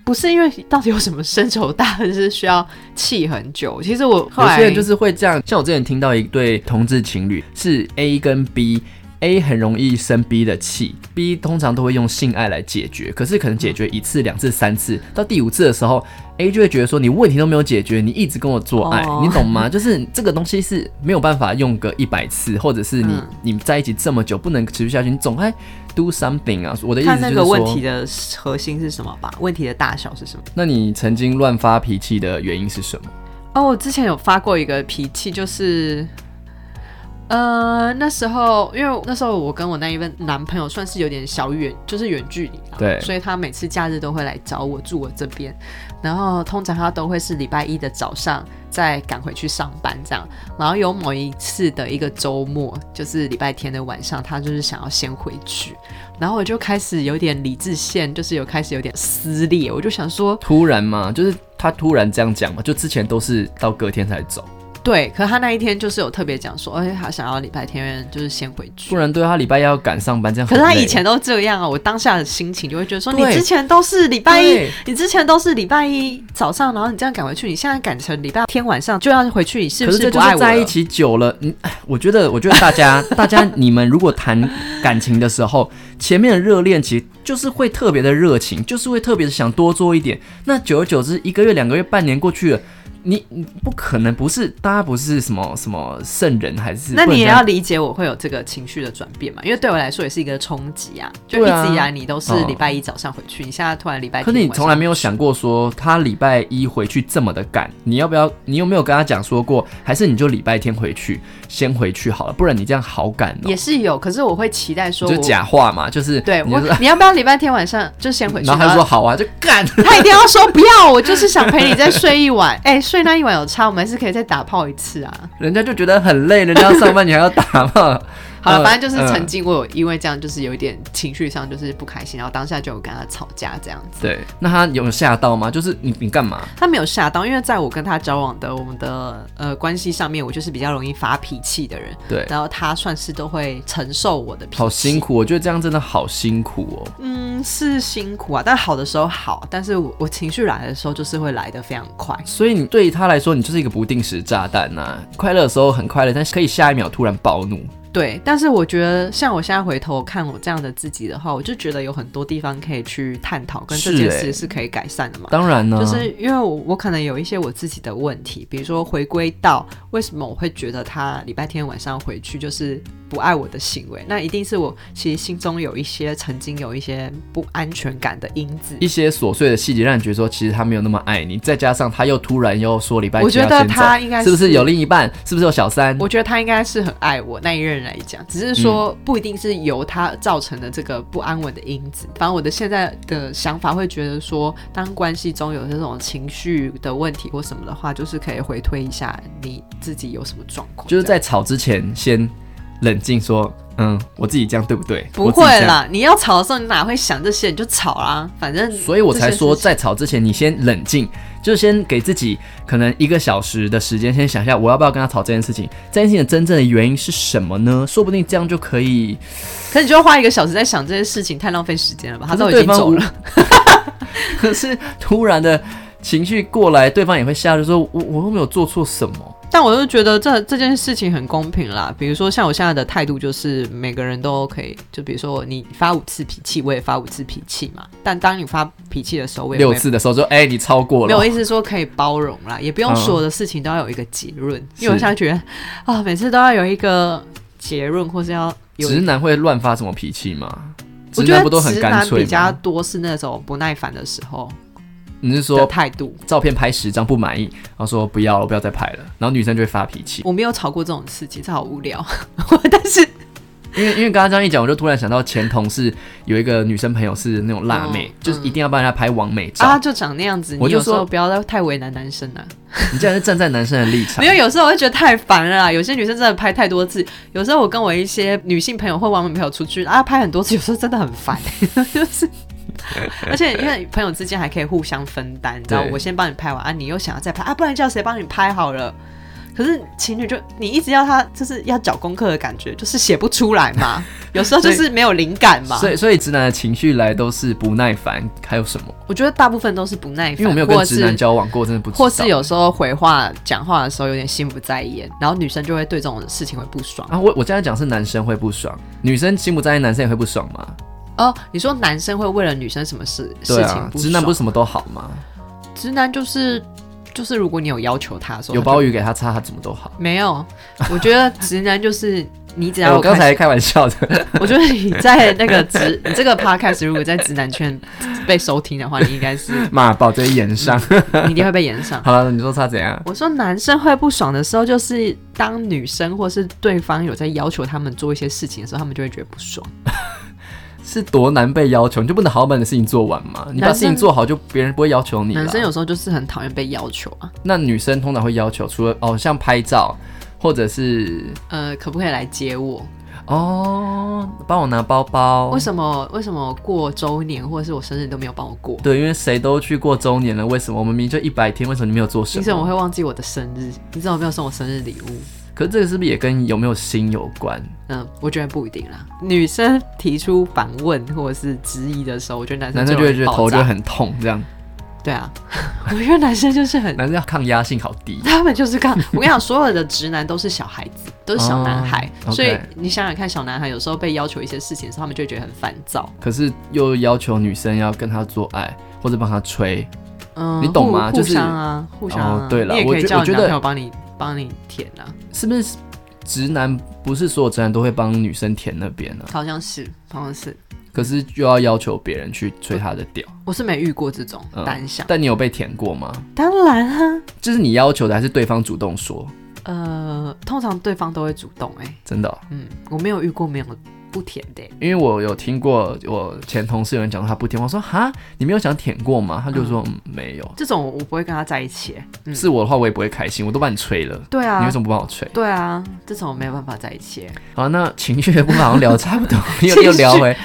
Speaker 1: 不是因为到底有什么深仇大恨是需要气很久？其实我后
Speaker 2: 有
Speaker 1: 来
Speaker 2: 些人就是会这样，像我之前听到一对同志情侣是 A 跟 B。 A 很容易生 B 的气，B 通常都会用性爱来解决，可是可能解决一次、两次、三次，到第五次的时候，A 就会觉得说你问题都没有解决，你一直跟我做爱，
Speaker 1: 哦
Speaker 2: 你懂吗？ 就是这个东西是没有办法用个一百次，或者是你、
Speaker 1: 嗯
Speaker 2: 你在一起这么久不能持续下去，你总该 do something 啊。我的意思
Speaker 1: 看
Speaker 2: 就
Speaker 1: 那
Speaker 2: 是
Speaker 1: 个
Speaker 2: 说，
Speaker 1: 问题的核心是什么吧，问题的大小是什么？
Speaker 2: 那你曾经乱发脾气的原因是什么？
Speaker 1: 哦，我之前有发过一个脾气，就是，呃，那时候因为那时候我跟我那一任男朋友算是有点小远，就是远距离啦，
Speaker 2: 对
Speaker 1: 所以他每次假日都会来找我住我这边，然后通常他都会是礼拜一的早上再赶回去上班这样，然后有某一次的一个周末，就是礼拜天的晚上，他就是想要先回去，然后我就开始有点理智线，就是有开始有点撕裂，我就想说。
Speaker 2: 突然嘛，就是他突然这样讲嘛，就之前都是到隔天才走，
Speaker 1: 对，可他那一天就是有特别讲说，而哎且他想要礼拜天就是先回去
Speaker 2: 不。然对他礼拜一要赶上班这样
Speaker 1: 可
Speaker 2: 很
Speaker 1: 是
Speaker 2: 累。
Speaker 1: 他以前都这样啊，我当下的心情就会觉得说，你
Speaker 2: 对
Speaker 1: 之前都是礼拜一
Speaker 2: 对，
Speaker 1: 你之前都是礼拜一早上，然后你这样赶回去，你现在赶成礼拜天晚上就要回去，你是
Speaker 2: 可
Speaker 1: 不
Speaker 2: 是这
Speaker 1: 不
Speaker 2: 就
Speaker 1: 爱
Speaker 2: 是
Speaker 1: 我
Speaker 2: 在一
Speaker 1: 了
Speaker 2: 起久了，嗯，哎我觉得，我觉得大家， 大家，你们如果谈感情的时候，前面的热恋期就是会特别的热情，就是会特别的想多做一点。那久而久之，一个月、两个月、半年过去了，你你不可能不是，大家不是什么什么圣人，还是
Speaker 1: 那
Speaker 2: 不能
Speaker 1: 你也
Speaker 2: 这样
Speaker 1: 要理解我会有这个情绪的转变嘛，因为对我来说也是一个冲击啊。就一
Speaker 2: 对啊
Speaker 1: 直以来你都是
Speaker 2: 嗯
Speaker 1: 礼拜一早上回去，你现在突然礼拜天
Speaker 2: 可
Speaker 1: 晚
Speaker 2: 是
Speaker 1: 上，
Speaker 2: 你从来没有想过说他礼拜一回去这么的赶，你要不要？你有没有跟他讲说过？还是你就礼拜天回去，先回去好了，不然你这样好赶哦、
Speaker 1: 也是有，可是我会期待说
Speaker 2: 就
Speaker 1: 我，
Speaker 2: 假话嘛，就是
Speaker 1: 对
Speaker 2: 你
Speaker 1: 我
Speaker 2: 就说，
Speaker 1: 你要不要礼拜天晚上就先回去？
Speaker 2: 然后他就说好啊，就干。
Speaker 1: 他一定要说不要，我就是想陪你再睡一晚。 哎、睡那一晚有差，我们还是可以再打炮一次啊。
Speaker 2: 人家就觉得很累，人家要上班你还要打嘛。
Speaker 1: 好了，
Speaker 2: 呃
Speaker 1: 反正就是曾
Speaker 2: 嗯
Speaker 1: 经我有因为这样，就是有一点情绪上就是不开心，然后当下就有跟他吵架这样子。
Speaker 2: 对，那他有吓到吗？就是你你干嘛？
Speaker 1: 他没有吓到，因为在我跟他交往的我们的呃关系上面，我就是比较容易发脾气的人，
Speaker 2: 对，
Speaker 1: 然后他算是都会承受我的脾气。
Speaker 2: 好辛苦，我觉得这样真的好辛苦哦。
Speaker 1: 嗯，是辛苦啊，但好的时候好，但是我我情绪来的时候就是会来的非常快。
Speaker 2: 所以你对他来说，你就是一个不定时炸弹呐、快乐的时候很快乐，但是可以下一秒突然暴怒。
Speaker 1: 对，但是我觉得像我现在回头看我这样的自己的话，我就觉得有很多地方可以去探讨，跟这
Speaker 2: 是
Speaker 1: 件
Speaker 2: 欸
Speaker 1: 事是可以改善的嘛。
Speaker 2: 当然啊呢，
Speaker 1: 就是因为我我可能有一些我自己的问题，比如说回归到为什么我会觉得他礼拜天晚上回去就是不爱我的行为，那一定是我其实心中有一些曾经有一些不安全感的因子。
Speaker 2: 一些琐碎的细节，让你觉得说其实他没有那么爱你，再加上他又突然又说礼拜
Speaker 1: 我
Speaker 2: 天
Speaker 1: 觉
Speaker 2: 要
Speaker 1: 得
Speaker 2: 先走
Speaker 1: 他应该
Speaker 2: 是不是
Speaker 1: 是
Speaker 2: 有另一半？是不是有小三？
Speaker 1: 我觉得他应该是很爱我那一任来讲，只是
Speaker 2: 嗯
Speaker 1: 说不一定是由他造成的这个不安稳的因子。反正我的现在的想法会觉得说，当关系中有这种情绪的问题或什么的话，就是可以回推一下你自己有什么状况。
Speaker 2: 就是
Speaker 1: 这样
Speaker 2: 在吵之前先冷静说，嗯，我自己这样对不对？
Speaker 1: 不
Speaker 2: 我自己
Speaker 1: 会
Speaker 2: 这样。
Speaker 1: 啦，你要吵的时候，你哪会想这些？你就吵啦，反正
Speaker 2: 所以我才说，
Speaker 1: 这些事情
Speaker 2: 在吵之前你先冷静，就先给自己可能一个小时的时间，先想一下我要不要跟他吵这件事情，这件事情的真正的原因是什么呢？说不定这样就可以。
Speaker 1: 可是你就要花一个小时在想这些事情，太浪费时间了吧？他都已
Speaker 2: 对
Speaker 1: 经
Speaker 2: 方
Speaker 1: 走
Speaker 2: 无
Speaker 1: 了，
Speaker 2: 可是突然的情绪过来，对方也会吓，就说我我又没有做错什么。
Speaker 1: 但我就觉得这这件事情很公平啦。比如说，像我现在的态度就是，每个人都可以，就比如说你发五次脾气，我也发五次脾气嘛。但当你发脾气的时候，我也
Speaker 2: 六
Speaker 1: 会
Speaker 2: 次的时候说，哎、你超过
Speaker 1: 没有
Speaker 2: 了
Speaker 1: 我。意思说可以包容啦，也不用
Speaker 2: 嗯
Speaker 1: 所有的事情都要有一个结论，
Speaker 2: 是
Speaker 1: 因为我现在觉得啊、每次都要有一个结论，或是要有一
Speaker 2: 直男会乱发什么脾气吗？
Speaker 1: 我
Speaker 2: 直
Speaker 1: 觉
Speaker 2: 男不都
Speaker 1: 得
Speaker 2: 很
Speaker 1: 直
Speaker 2: 干
Speaker 1: 男
Speaker 2: 脆
Speaker 1: 比较
Speaker 2: 吗？
Speaker 1: 多是那种不耐烦的时候
Speaker 2: 你是
Speaker 1: 的
Speaker 2: 说
Speaker 1: 态度。
Speaker 2: 照片拍十张不满意，然后说不要了，不要再拍了，然后女生就会发脾气。
Speaker 1: 我没有吵过这种事情，这好无聊。但是
Speaker 2: 因为因为刚刚这样一讲，我就突然想到前同事有一个女生朋友是那种辣妹，
Speaker 1: 嗯
Speaker 2: 就是一定要帮人家拍完美照。
Speaker 1: 啊，就长那样子，
Speaker 2: 我
Speaker 1: 你
Speaker 2: 就
Speaker 1: 有时候
Speaker 2: 说
Speaker 1: 不要太为难男生啊。
Speaker 2: 你竟然是站在男生的立场
Speaker 1: 没，有，有时候我会觉得太烦了啦。有些女生真的拍太多次，有时候我跟我一些女性朋友或网友朋友出去啊，拍很多次，有时候真的很 烦，就是。而且因为朋友之间还可以互相分担，你知道，
Speaker 2: 对
Speaker 1: 我先帮你拍完啊，你又想要再拍啊，不然叫谁帮你拍好了？可是情侣就你一直要他就是要找功课的感觉，就是写不出来 嘛，有时候就是没有灵感嘛。
Speaker 2: 所以，所以直男的情绪来都是不耐烦，还有什么？
Speaker 1: 我觉得大部分都是不耐烦，
Speaker 2: 因为我没有
Speaker 1: 或
Speaker 2: 跟
Speaker 1: 是
Speaker 2: 直男交往过，真的不知道。
Speaker 1: 或是有时候回话讲话的时候有点心不在焉，然后女生就会对这种事情会不爽。
Speaker 2: 啊，我我现在讲是男生会不爽，女生心不在焉，男生也会不爽嘛。
Speaker 1: 哦，你说男生会为了女生什么事事
Speaker 2: 对
Speaker 1: 情
Speaker 2: 啊，
Speaker 1: 不爽？
Speaker 2: 直男不是什么都好吗？
Speaker 1: 直男就是就是，如果你有要求他的时候，
Speaker 2: 有
Speaker 1: 他就
Speaker 2: 鲍鱼给他擦，他怎么都好。
Speaker 1: 没有？我觉得直男就是你只
Speaker 2: 哎
Speaker 1: 要
Speaker 2: 我刚
Speaker 1: 开
Speaker 2: 才开玩 笑的，
Speaker 1: 我觉得你在那个直， 你这个 podcast 如果在直男圈被收听的话，你应该是
Speaker 2: 妈宝在演上。
Speaker 1: 你一定会被延上。
Speaker 2: 好了，你说他怎样？
Speaker 1: 我说男生会不爽的时候，就是当女生或是对方有在要求他们做一些事情的时候，他们就会觉得不爽。
Speaker 2: 是多难被要求？你就不能好好把你的事情做完吗？你把
Speaker 1: 男
Speaker 2: 事
Speaker 1: 生
Speaker 2: 情做好，就别人不会要求你了。
Speaker 1: 男生有时候就是很讨厌被要求啊，
Speaker 2: 那女生通常会要求，除了哦，像拍照，或者是
Speaker 1: 呃，可不可以来接我？
Speaker 2: 哦，帮我拿包包
Speaker 1: 为。什么为什么过周年或者是我生日你都没有帮我过？
Speaker 2: 对，因为谁都去过周年了，为什么我们明明就一百天，为什么你没有做什
Speaker 1: 你
Speaker 2: 么？
Speaker 1: 怎么会忘记我的生日？你怎么没有送我生日礼物？
Speaker 2: 可是这个是不是也跟有没有心有关？
Speaker 1: 嗯，我觉得不一定啦。女生提出反问或者是质疑的时候，我觉得男生
Speaker 2: 男生就会觉得
Speaker 1: 容易爆
Speaker 2: 头
Speaker 1: 炸
Speaker 2: 就很痛，这样
Speaker 1: 对啊， 我觉得男生就是 很，。
Speaker 2: 男生抗压性好低
Speaker 1: 他们就是看我跟你讲，所有的直男都是小孩子，都是小男孩，
Speaker 2: 哦，OK
Speaker 1: 所以你想想看，小男孩有时候被要求一些事情的时候，他们就会觉得很烦躁。
Speaker 2: 可是又要求女生要跟他做爱，或者帮他吹，
Speaker 1: 嗯，
Speaker 2: 你懂吗
Speaker 1: 互
Speaker 2: 就
Speaker 1: 互
Speaker 2: 是
Speaker 1: 相啊，互相啊。
Speaker 2: 哦对啦
Speaker 1: 你也
Speaker 2: 我
Speaker 1: 可以
Speaker 2: 觉
Speaker 1: 叫
Speaker 2: 我
Speaker 1: 你
Speaker 2: 觉
Speaker 1: 男
Speaker 2: 得
Speaker 1: 朋友帮你帮你舔啊，
Speaker 2: 是不是？直男不是所有直男都会帮女生舔那边呢、
Speaker 1: 好像是，好像是。
Speaker 2: 可是又要要求别人去吹他的屌。
Speaker 1: 我是没遇过这种
Speaker 2: 嗯
Speaker 1: 单向，
Speaker 2: 但你有被舔过吗？
Speaker 1: 当然啊，
Speaker 2: 就是你要求的，还是对方主动说？
Speaker 1: 呃，通常对方都会主动、欸，哎，
Speaker 2: 真的哦、
Speaker 1: 嗯，我没有遇过没有不舔的欸、
Speaker 2: 因为我有听过我前同事有人讲说他不舔，我说哈，你没有想舔过吗？他就说、嗯、没有。
Speaker 1: 这种我不会跟他在一起、欸，嗯，
Speaker 2: 是我的话，我也不会开心，我都帮你吹了，
Speaker 1: 对啊，
Speaker 2: 你为什么不帮我吹？
Speaker 1: 对啊，这种没有办法在一起。欸
Speaker 2: 好，那情绪的部分好像聊得 差不多，又
Speaker 1: 情绪
Speaker 2: 又聊回。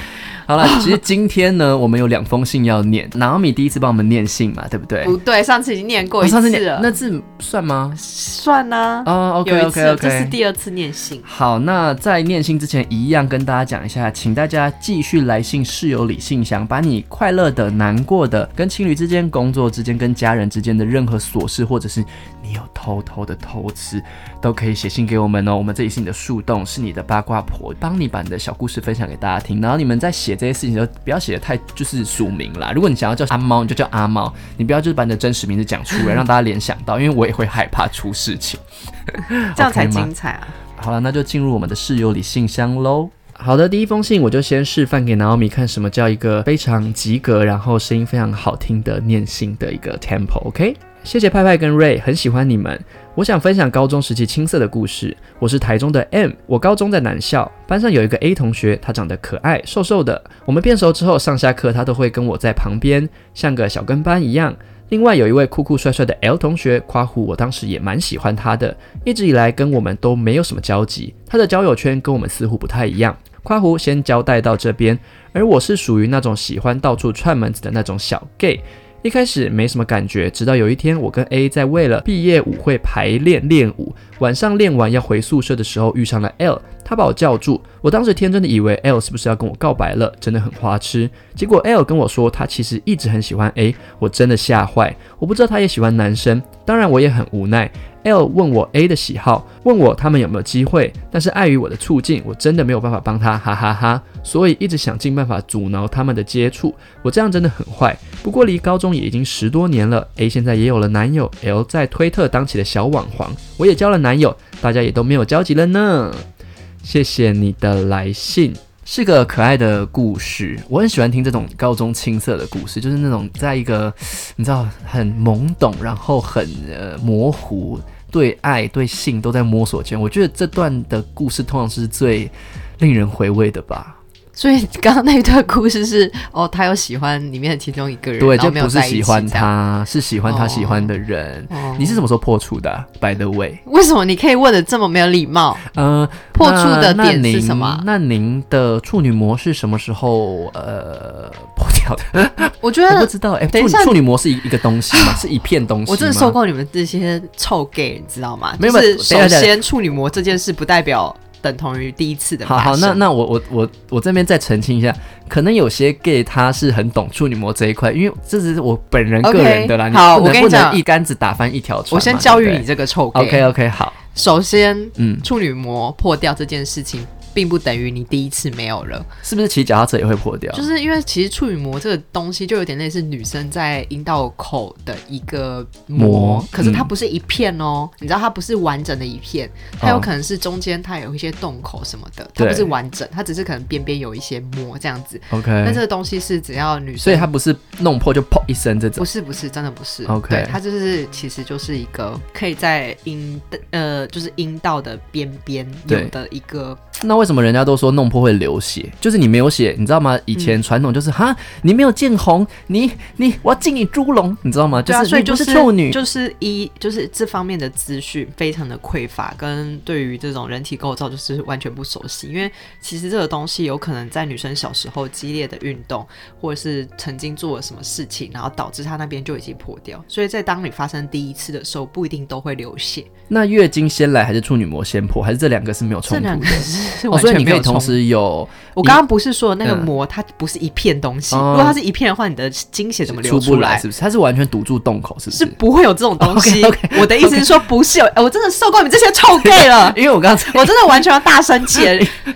Speaker 2: 好了，其实今天呢，我们有两封信要念。南奥米第一次帮我们念信嘛，对不对？
Speaker 1: 不对，上次已经念过一
Speaker 2: 我哎哦上次
Speaker 1: 次
Speaker 2: 念
Speaker 1: 了，
Speaker 2: 那字算吗？
Speaker 1: 算啦、
Speaker 2: 啊、o
Speaker 1: 有
Speaker 2: k
Speaker 1: 一次
Speaker 2: OK
Speaker 1: 这是
Speaker 2: OK。
Speaker 1: 第二次念信。
Speaker 2: 好，那在念信之前，一样跟大家讲一下，请大家继续来信室友李信箱，把你快乐的、难过的、跟情侣之间、工作之间、跟家人之间的任何琐事，或者是你有偷偷的偷吃，都可以写信给我们哦。我们这里是你的树洞，是你的八卦婆，帮你把你的小故事分享给大家听。然后你们在写这些事情的时候，不要写的太就是署名啦。如果你想要叫阿猫，你就叫阿猫，你不要就是把你的真实名字讲出来，让大家联想到，因为我也会害怕出事情。哦
Speaker 1: 这样才
Speaker 2: OK 吗
Speaker 1: 精彩啊！
Speaker 2: 好了，那就进入我们的室友里信箱喽。好的，第一封信我就先示范给 Naomi 看什么叫一个非常及格，然后声音非常好听的念信的一个 tempo。OK，谢谢派派跟 Ray，很喜欢你们。我想分享高中时期青涩的故事。我是台中的 M，我高中在南校，班上有一个 A 同学，他长得可爱，瘦瘦的。我们变熟之后，上下课他都会跟我在旁边，像个小跟班一样。另外有一位酷酷帅帅的 L 同学，夸虎，我当时也蛮喜欢他的，一直以来跟我们都没有什么交集，他的交友圈跟我们似乎不太一样。夸胡先交代到这边，而我是属于那种喜欢到处串门子的那种小 gay。一开始没什么感觉，直到有一天，我跟 A 在为了毕业舞会排练练舞，晚上练完要回宿舍的时候遇上了 L，他把我叫住，我当时天真的以为 L 是不是要跟我告白了，真的很花痴。结果 L 跟我说他其实一直很喜欢 A，我真的吓坏，我不知道他也喜欢男生，当然我也很无奈，L 问我 A 的喜好，问我他们有没有机会，但是碍于我的处境，我真的没有办法帮他，哈哈哈所以一直想尽办法阻挠他们的接触，我这样真的很坏。不过离高中也已经十多年了，A 现在也有了男友，L 在推特当起了小网黄，我也交了男友，大家也都没有交集了呢。谢谢你的来信。是个可爱的故事，我很喜欢听这种高中青涩的故事，就是那种在一个你知道很懵懂，然后很呃模糊，对爱对性都在摸索间。我觉得这段的故事通常是最令人回味的吧。
Speaker 1: 所以刚刚那一段故事是哦，他有喜欢里面的其中一个人，
Speaker 2: 对，
Speaker 1: 然后
Speaker 2: 就
Speaker 1: 没有
Speaker 2: 不是
Speaker 1: 在一起
Speaker 2: 喜欢
Speaker 1: 这样。
Speaker 2: 他，是喜欢他喜欢的人。
Speaker 1: 哦
Speaker 2: 你是什么时候破处的啊、b y the way，
Speaker 1: 为什么你可以问的这么没有礼貌？
Speaker 2: 呃，
Speaker 1: 破处的
Speaker 2: 那
Speaker 1: 点
Speaker 2: 那
Speaker 1: 是
Speaker 2: 您
Speaker 1: 什么啊
Speaker 2: 那您的处女膜是什么时候呃破掉的？
Speaker 1: 我觉
Speaker 2: 我不
Speaker 1: 得
Speaker 2: 知道。哎、
Speaker 1: 等一
Speaker 2: 处
Speaker 1: 下
Speaker 2: 处女膜是一一个东西吗？是一片东西吗？
Speaker 1: 我真的受够你们这些臭 gay，你知道吗？
Speaker 2: 没有
Speaker 1: 就
Speaker 2: 没有
Speaker 1: 是
Speaker 2: 等
Speaker 1: 首
Speaker 2: 一下
Speaker 1: 先处女膜这件事不代表等同于第一次的
Speaker 2: 好
Speaker 1: 发生。
Speaker 2: 好，那那我我我我这边再澄清一下，可能有些 gay 他是很懂处女膜这一块，因为这只是我本人个
Speaker 1: OK，
Speaker 2: 人的啦。你
Speaker 1: 好
Speaker 2: 不能
Speaker 1: 我跟你
Speaker 2: 不能
Speaker 1: 讲
Speaker 2: 一竿子打翻一条船嘛。
Speaker 1: 我先教育你
Speaker 2: 对
Speaker 1: 这个臭
Speaker 2: 不
Speaker 1: gay。
Speaker 2: 对。OK OK，好，
Speaker 1: 首先，
Speaker 2: 嗯，
Speaker 1: 处女膜破掉这件事情，并不等于你第一次没有了，
Speaker 2: 是不是骑脚踏车也会破掉？
Speaker 1: 就是因为其实处女膜这个东西就有点类似女生在阴道口的一个膜，
Speaker 2: 膜
Speaker 1: 可是它
Speaker 2: 嗯
Speaker 1: 不是一片哦，你知道它不是完整的一片，它
Speaker 2: 哦
Speaker 1: 有可能是中间它有一些洞口什么的，它不
Speaker 2: 对
Speaker 1: 是完整，它只是可能边边有一些膜这样子。但
Speaker 2: OK，
Speaker 1: 这个东西是只要女生，
Speaker 2: 所以它不是弄破就砰一声这
Speaker 1: 不
Speaker 2: 种。
Speaker 1: 是不是，真的不是。
Speaker 2: OK
Speaker 1: 对，它就是其实就是一个可以在阴呃，就是阴道的边边有
Speaker 2: 对
Speaker 1: 的一个，
Speaker 2: 那为什么人家都说弄破会流血？就是你没有血，你知道吗？以前传统
Speaker 1: 嗯
Speaker 2: 就是哈，你没有见红，你你我要进你猪笼，你知道吗？就
Speaker 1: 对啊，
Speaker 2: 是
Speaker 1: 所以
Speaker 2: 你
Speaker 1: 就
Speaker 2: 不
Speaker 1: 是
Speaker 2: 是处女，
Speaker 1: 就是一就是这方面的资讯非常的匮乏，跟对于这种人体构造就是完全不熟悉。因为其实这个东西有可能在女生小时候激烈的运动，或者是曾经做了什么事情，然后导致她那边就已经破掉。所以在当你发生第一次的时候，不一定都会流血。
Speaker 2: 那月经先来还是处女膜先破，还是这两个是没有冲
Speaker 1: 这
Speaker 2: 突
Speaker 1: 两
Speaker 2: 的
Speaker 1: 个？是
Speaker 2: 哦，
Speaker 1: 完
Speaker 2: 所以
Speaker 1: 全
Speaker 2: 你
Speaker 1: 没
Speaker 2: 可
Speaker 1: 有
Speaker 2: 以
Speaker 1: 冲
Speaker 2: 同
Speaker 1: 突
Speaker 2: 时有
Speaker 1: 我刚刚不是说的那个
Speaker 2: 嗯
Speaker 1: 膜，它不是一片东西。
Speaker 2: 哦
Speaker 1: 如果它是一片的话，你的精血怎么流
Speaker 2: 出不
Speaker 1: 来？
Speaker 2: 是不是？它是完全堵住洞口，是不
Speaker 1: 是
Speaker 2: 是？
Speaker 1: 不会有这种东西。
Speaker 2: OK，OK，。
Speaker 1: 我的意思是说，不是有。哎我真的受够你这些臭 gay 了
Speaker 2: 因为我刚才
Speaker 1: 我真的完全要大声 气了！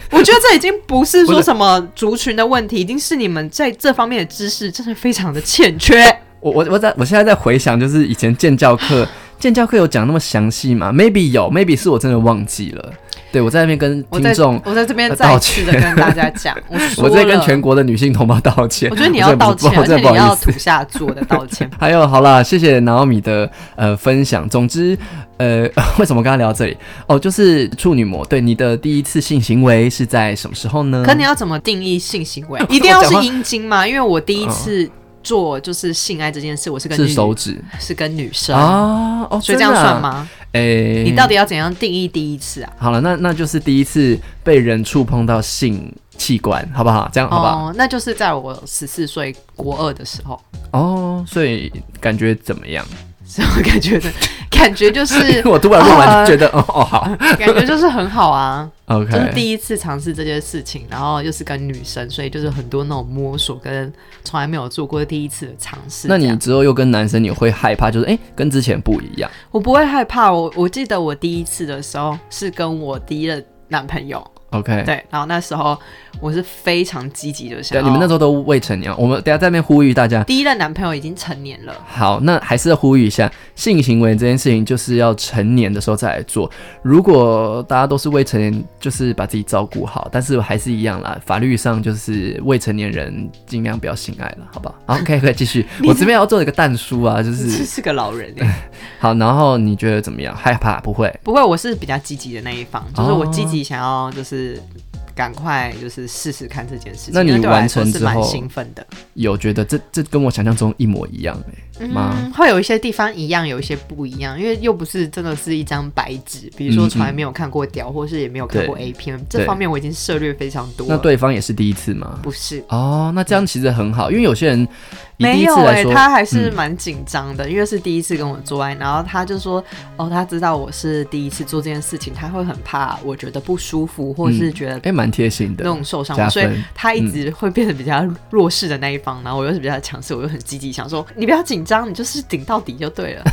Speaker 1: 我觉得这已经不是说什么族群的问题，已经是你们在这方面的知识真的非常的欠 缺。
Speaker 2: 我我我在我现在在回想，就是以前建教课，建教课有讲那么详细吗？Maybe 有，Maybe 是我真的忘记了。对我在那边跟
Speaker 1: 我
Speaker 2: 听
Speaker 1: 在
Speaker 2: 众，
Speaker 1: 我在这边
Speaker 2: 呃
Speaker 1: 再
Speaker 2: 道
Speaker 1: 次
Speaker 2: 歉
Speaker 1: 的跟大家讲，我说
Speaker 2: 我在跟
Speaker 1: 了
Speaker 2: 全国的女性同胞道歉。
Speaker 1: 我觉得你
Speaker 2: 我
Speaker 1: 要
Speaker 2: 真的
Speaker 1: 道
Speaker 2: 不
Speaker 1: 歉，
Speaker 2: 我
Speaker 1: 而且
Speaker 2: 真的不
Speaker 1: 你
Speaker 2: 好
Speaker 1: 要
Speaker 2: 意思
Speaker 1: 土。下座的道歉。
Speaker 2: 还有，好啦，谢谢 Naomi 的呃分享。总之，呃， 为什么刚刚聊到这里？哦，就是处女膜。对，你的第一次性行为是在什么时候呢？
Speaker 1: 可你要怎么定义性行 为？一定要是阴茎吗？因为我第一次做就是性爱这件事，我是跟
Speaker 2: 是
Speaker 1: 女
Speaker 2: 手指
Speaker 1: 是跟女生，
Speaker 2: 啊？哦，
Speaker 1: 所以这
Speaker 2: 真
Speaker 1: 样
Speaker 2: 的啊
Speaker 1: 算？吗？
Speaker 2: 诶、
Speaker 1: 你到底要怎样定义第一次啊？
Speaker 2: 好了，那那就是第一次被人触碰到性器官，好不好？这样好不好？
Speaker 1: 哦，那就是在我十四岁国二的时候，
Speaker 2: 哦，所以感觉怎么样？
Speaker 1: 所以我感觉的感觉就是
Speaker 2: 我突然问完
Speaker 1: 呃
Speaker 2: 就觉得，哦哦好
Speaker 1: 感觉就是很好啊，
Speaker 2: ，OK，
Speaker 1: 就是第一次尝试这件事情，然后又是跟女生，所以就是很多那种摸索跟从来没有做过第一次的尝试这
Speaker 2: 那
Speaker 1: 样。
Speaker 2: 你之后又跟男生，你会害怕，就是哎、诶跟之前不一样
Speaker 1: 我不会害怕。我我记得我第一次的时候是跟我第一任男朋友，
Speaker 2: ，OK？
Speaker 1: 对，然后那时候我是非常积极的想
Speaker 2: 对，
Speaker 1: 要。
Speaker 2: 啊你们那时候都未成年，啊我们等一下在那边呼吁大家。
Speaker 1: 第一任男朋友已经成年了，
Speaker 2: 好，那还是要呼吁一下，性行为这件事情就是要成年的时候再来做。如果大家都是未成年，就是把自己照顾好，但是还是一样啦，法律上就是未成年人尽量不要性爱了，好吧？好，OK，可以 继续。我这边要做一个淡书啊，就
Speaker 1: 这
Speaker 2: 是
Speaker 1: 是个老人耶。
Speaker 2: 好，然后你觉得怎么样？害怕不会？
Speaker 1: 不过我是比较积极的那一方，就是
Speaker 2: 哦
Speaker 1: 我积极想要就是赶快就是试试看这件事情。
Speaker 2: 那你
Speaker 1: 因为对我来说
Speaker 2: 完成
Speaker 1: 是
Speaker 2: 之后
Speaker 1: 蛮兴奋的，
Speaker 2: 有觉得这这跟我想象中一模一样哎、吗？
Speaker 1: 嗯，会有一些地方一样，有一些不一样，因为又不是真的是一张白纸。比如说
Speaker 2: 嗯嗯
Speaker 1: 从来没有看过屌，或是也没有看过 A 片，这
Speaker 2: 对
Speaker 1: 方面我已经涉略非常多了。
Speaker 2: 那对方也是第一次吗？
Speaker 1: 不是，
Speaker 2: 哦，那这样其实很好，因为有些人以第
Speaker 1: 没
Speaker 2: 一
Speaker 1: 有
Speaker 2: 次来
Speaker 1: 欸
Speaker 2: 说，嗯
Speaker 1: 他还是蛮紧张的，因为是第一次跟我做爱，然后他就说，哦，他知道我是第一次做这件事情，他会很怕我觉得不舒服，或者是觉得
Speaker 2: 哎蛮贴心的，
Speaker 1: 弄受伤，
Speaker 2: 加
Speaker 1: 所以
Speaker 2: 分嗯
Speaker 1: 他一直会变得比较弱势的那一方，然后我又是比较强势，我又很积极，想说你不要紧张，你就是顶到底就对 了，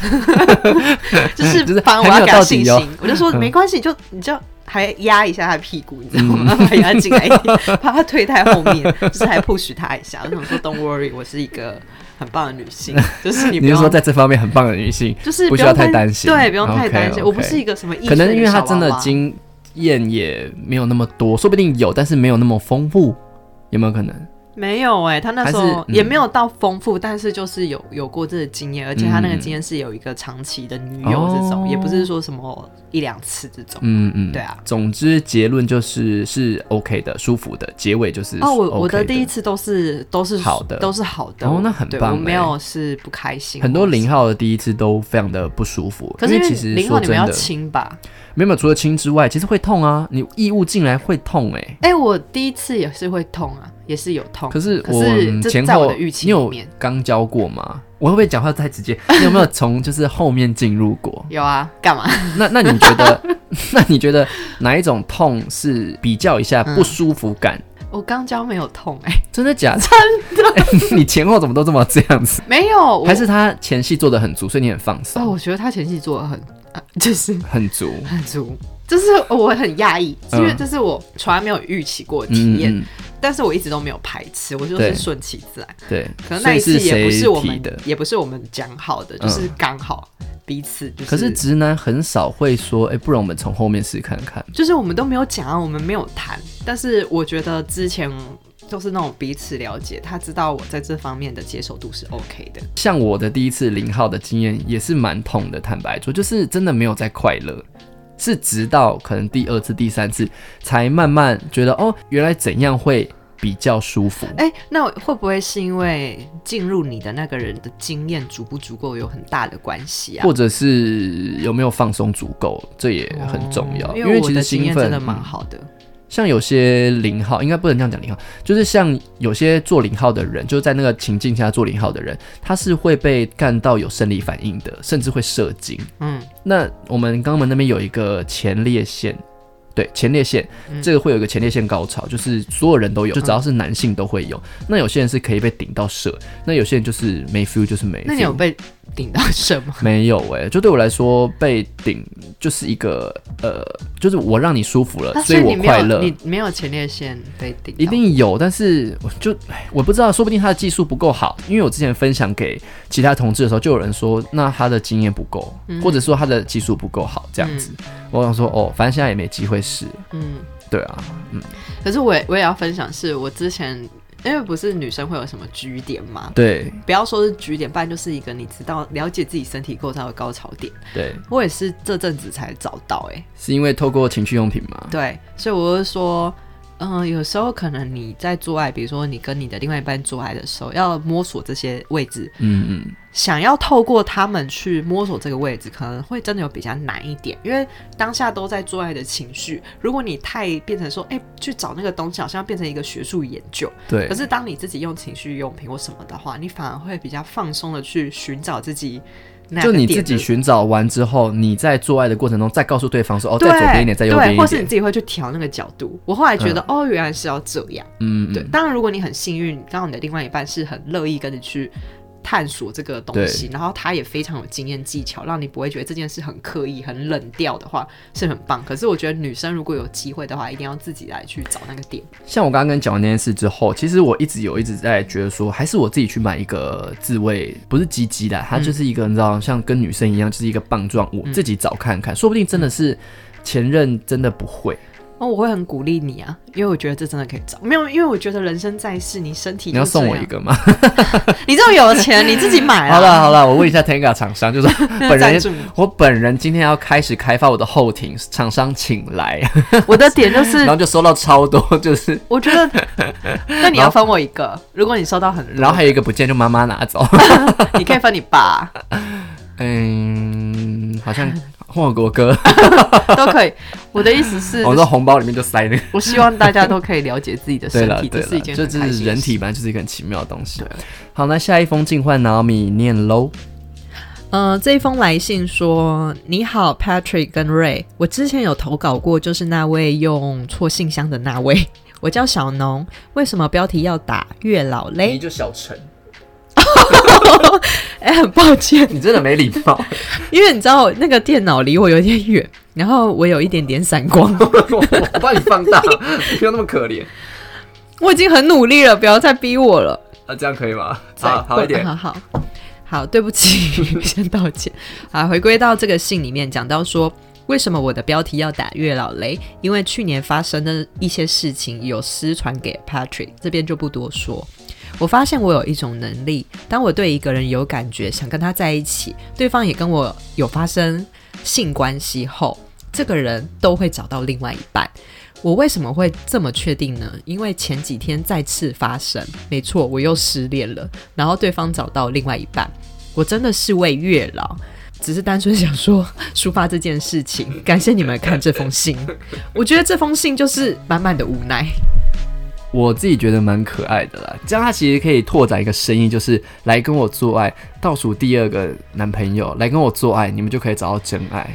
Speaker 1: 就是
Speaker 2: 就是
Speaker 1: 反正我要
Speaker 2: 还没有
Speaker 1: 给他
Speaker 2: 到
Speaker 1: 信
Speaker 2: 底
Speaker 1: 心，
Speaker 2: 哦
Speaker 1: 我就说没关系，就你就。还压一下他的屁股，你知道吗？把他压进来一点，
Speaker 2: 嗯
Speaker 1: 怕他退太后面，就是还 push 他一下。我想说，Don't worry，我是一个很棒的女性，就是你不
Speaker 2: 你是
Speaker 1: 用
Speaker 2: 说在这方面很棒的女性，
Speaker 1: 就是
Speaker 2: 不需
Speaker 1: 用
Speaker 2: 要太
Speaker 1: 担
Speaker 2: 担心
Speaker 1: 对，不用太担心。
Speaker 2: OK，OK
Speaker 1: 我不是一个什么易
Speaker 2: 可能
Speaker 1: 碎
Speaker 2: 因为她
Speaker 1: 小
Speaker 2: 真的
Speaker 1: 娃娃
Speaker 2: 经验也没有那么多，说不定有，但是没有那么丰富，有没有可能？
Speaker 1: 没有哎、他那时
Speaker 2: 还是
Speaker 1: 候
Speaker 2: 嗯
Speaker 1: 也没有到丰富，但是就是有有过这个经验，而且他那个
Speaker 2: 嗯
Speaker 1: 经验是有一个长期的女友这种，
Speaker 2: 哦
Speaker 1: 也不是说什么一两次这种。
Speaker 2: 嗯嗯，
Speaker 1: 对啊。
Speaker 2: 总之结论就是是 OK 的，舒服的，结尾就是
Speaker 1: 哦，我
Speaker 2: OK
Speaker 1: 我的第一次都是都是
Speaker 2: 好的
Speaker 1: 都是好的，
Speaker 2: 哦那很
Speaker 1: 对
Speaker 2: 棒
Speaker 1: 我没
Speaker 2: 欸
Speaker 1: 有是不开心，
Speaker 2: 很多零，号的第一次都非常的不舒服，
Speaker 1: 可是因
Speaker 2: 因为
Speaker 1: 为
Speaker 2: 其实
Speaker 1: 零
Speaker 2: 说
Speaker 1: 号你
Speaker 2: 真
Speaker 1: 们要
Speaker 2: 的，
Speaker 1: 亲吧？
Speaker 2: 没有没有除了亲之外，其实会痛啊，你异物进来会痛哎、
Speaker 1: 哎、我第一次也是会痛啊，也是有痛，
Speaker 2: 可是
Speaker 1: 可
Speaker 2: 我
Speaker 1: 是
Speaker 2: 嗯
Speaker 1: 这
Speaker 2: 前
Speaker 1: 在我
Speaker 2: 后
Speaker 1: 的预期
Speaker 2: 你
Speaker 1: 里
Speaker 2: 有
Speaker 1: 面？
Speaker 2: 刚教过吗？我会不会讲话太直接？你有没有从就是后面进入过
Speaker 1: 有啊，干嘛？
Speaker 2: 那那你觉得，那你觉得哪一种痛是比较一下
Speaker 1: 嗯
Speaker 2: 不舒服感？
Speaker 1: 我刚交没有痛哎、
Speaker 2: 真的假的？真 的、你前后怎么都这么这样子？
Speaker 1: 没有，我
Speaker 2: 还是他前戏做的很足，所以你很放
Speaker 1: 哦，
Speaker 2: 松，
Speaker 1: 我觉得他前期做的很、啊就是
Speaker 2: 很足。
Speaker 1: 很足，这是我很讶异，
Speaker 2: 嗯
Speaker 1: 因为这是我从来没有预期过的体
Speaker 2: 嗯
Speaker 1: 验，
Speaker 2: 嗯，
Speaker 1: 但是我一直都没有排斥，我就
Speaker 2: 对
Speaker 1: 是顺其自然。
Speaker 2: 对。
Speaker 1: 可能
Speaker 2: 所
Speaker 1: 那
Speaker 2: 以
Speaker 1: 一次也
Speaker 2: 谁
Speaker 1: 不是我
Speaker 2: 提
Speaker 1: 们
Speaker 2: 的？嗯
Speaker 1: 也不是我们讲好的，就是刚好彼此就是。
Speaker 2: 可是直男很少会说，哎、不然我们从后面试看看。
Speaker 1: 就是我们都没有讲啊，我们没有谈，但是我觉得之前。就是那种彼此了解，他知道我在这方面的接受度是 OK 的。
Speaker 2: 像我的第一次零号的经验也是蛮痛的，坦白说，就是真的没有在快乐，是直到可能第二次、第三次才慢慢觉得哦，原来怎样会比较舒服。
Speaker 1: 哎、那会不会是因为进入你的那个人的经验足不足够有很大的关系啊？
Speaker 2: 或者是有没有放松足够，这也很重要。
Speaker 1: 哦
Speaker 2: 因
Speaker 1: 因为我
Speaker 2: 其实
Speaker 1: 的经
Speaker 2: 兴
Speaker 1: 验
Speaker 2: 奋
Speaker 1: 真的蛮
Speaker 2: 嗯
Speaker 1: 好的。
Speaker 2: 像有些零号，应该不能这样讲零号，就是像有些做零号的人，就是在那个情境下做零号的人，他是会被干到有生理反应的，甚至会射精。
Speaker 1: 嗯，
Speaker 2: 那我们肛门那边有一个前列腺，对前列腺，
Speaker 1: 嗯
Speaker 2: 这个会有一个前列腺高潮，就是所有人都有，就只要是男性都会有。那有些人是可以被顶到射，那有些人就是没 feel 就是没 feel。
Speaker 1: 那你有被顶到射吗？
Speaker 2: 没有哎、就对我来说，被顶就是一个呃，就是我让你舒服了，
Speaker 1: 啊
Speaker 2: 呃所以我
Speaker 1: 你没
Speaker 2: 快
Speaker 1: 有，。
Speaker 2: 乐
Speaker 1: 你没有前列腺被顶到，
Speaker 2: 一定有，但是我就唉我不知道，说不定他的技术不够好。因为我之前分享给其他同志的时候，就有人说，那他的经验不够，
Speaker 1: 嗯
Speaker 2: 或者说他的技术不够好，这样子。我想说，哦，反正现在也没机会试，
Speaker 1: 嗯。
Speaker 2: 对啊，
Speaker 1: 可是我也我也要分享，是我之前因为不是女生会有什么局点嘛，
Speaker 2: 对
Speaker 1: 不要说是局点，不然就是一个你知道了解自己身体构造的高潮点。
Speaker 2: 对，
Speaker 1: 我也是这阵子才找到、欸，
Speaker 2: 是因为透过情趣用品嘛，
Speaker 1: 对，所以我就说，嗯、有时候可能你在做爱，比如说你跟你的另外一半做爱的时候，要摸索这些位置，
Speaker 2: 嗯嗯，
Speaker 1: 想要透过他们去摸索这个位置，可能会真的有比较难一点，因为当下都在做爱的情绪，如果你太变成说，哎、去找那个东西，好像变成一个学术研究。
Speaker 2: 对
Speaker 1: 可，是当你自己用情绪用品或什么的话，你反而会比较放松的去寻找自己那
Speaker 2: 就
Speaker 1: 个
Speaker 2: 你
Speaker 1: 点
Speaker 2: 自己
Speaker 1: 的
Speaker 2: 寻找完之后，你在做爱的过程中再告诉对方说，哦，
Speaker 1: 对
Speaker 2: 在左边一点，在右边
Speaker 1: 对，
Speaker 2: 一
Speaker 1: 或是你
Speaker 2: 点，
Speaker 1: 自己会去调那个角度。我后来觉得，哦，原来是要这样。
Speaker 2: 嗯，
Speaker 1: 对，
Speaker 2: 嗯，
Speaker 1: 当然如果你很幸运，刚好你的另外一半是很乐意跟你去探索这个东西，然后他也非常有经验技巧，让你不会觉得这件事很刻意、很冷调的话，是很棒。可是我觉得女生如果有机会的话，一定要自己来去找那个点。
Speaker 2: 像我刚刚跟你讲完那件事之后，其实我一直有一直在觉得说，还是我自己去买一个自慰，不是鸡鸡的，它就是一个、你知道，像跟女生一样，就是一个棒状物，自己找看看，说不定真的是前任真的不会。
Speaker 1: 哦，我会很鼓励你啊，因为我觉得这真的可以找。没有，因为我觉得人生在世，你身体
Speaker 2: 你要
Speaker 1: 就这
Speaker 2: 送我
Speaker 1: 样
Speaker 2: 一，个吗？
Speaker 1: 你这么有钱，你自己 买啊。
Speaker 2: 好了好了，我问一下 Tenga 厂商，就是说
Speaker 1: 那
Speaker 2: 本
Speaker 1: 赞
Speaker 2: 人
Speaker 1: 助你。
Speaker 2: 我本人今天要开始开发我的后庭，厂商请来，
Speaker 1: 我的点就是
Speaker 2: 然后就收到超多，就是。
Speaker 1: 我觉得， 那你要分我一个。如果你收到很多，
Speaker 2: 然后还有一个不见，就妈妈拿走。
Speaker 1: 你可以分你 爸，
Speaker 2: 嗯，好像换我哥，
Speaker 1: 都可以。我的意思是，
Speaker 2: 我说红包里面就塞那个。
Speaker 1: 我希望大家都可以了解自己的
Speaker 2: 对
Speaker 1: 身
Speaker 2: 了，
Speaker 1: 体，
Speaker 2: 对
Speaker 1: 这是一
Speaker 2: 了，
Speaker 1: 件
Speaker 2: 这
Speaker 1: 很
Speaker 2: 就
Speaker 1: 开
Speaker 2: 是
Speaker 1: 心
Speaker 2: 人
Speaker 1: 的
Speaker 2: 体
Speaker 1: 事。
Speaker 2: 本来就是一个很奇妙的东西
Speaker 1: 对。啊
Speaker 2: 好，那下一封进换 Naomi 念喽。
Speaker 1: 呃，这一封来信说：“你好，Patrick 跟 Ray，我之前有投稿过，就是那位用错信箱的那位。 我叫小农，为什么标题要打月老嘞？
Speaker 2: 就小陈，嗯
Speaker 1: 哎、很抱歉，
Speaker 2: 你真的没礼貌。
Speaker 1: 因为你知道那个电脑离我有点远，然后我有一点点闪光。”
Speaker 2: 我 我帮你放大，不要那么可怜。
Speaker 1: 我已经很努力了，不要再逼我了。
Speaker 2: 啊，这样可以吗？
Speaker 1: 再好好 好，好，对不起，先道歉。啊，回归到这个信里面讲到说，
Speaker 3: 为什么我的标题要打月老雷？因为去年发生的一些事情有私传给 Patrick，这边就不多说。我发现我有一种能力，当我对一个人有感觉，想跟他在一起，对方也跟我有发生性关系后，这个人都会找到另外一半。我为什么会这么确定呢？因为前几天再次发生，没错，我又失恋了，然后对方找到另外一半，我真的是位月老，只是单纯想说抒发这件事情。感谢你们看这封 信，我觉得这封信就是满满的无奈。
Speaker 2: 我自己觉得蛮可爱的啦，这样他其实可以拓展一个生意，就是来跟我做爱，倒数第二个男朋友来跟我做爱，你们就可以找到真爱。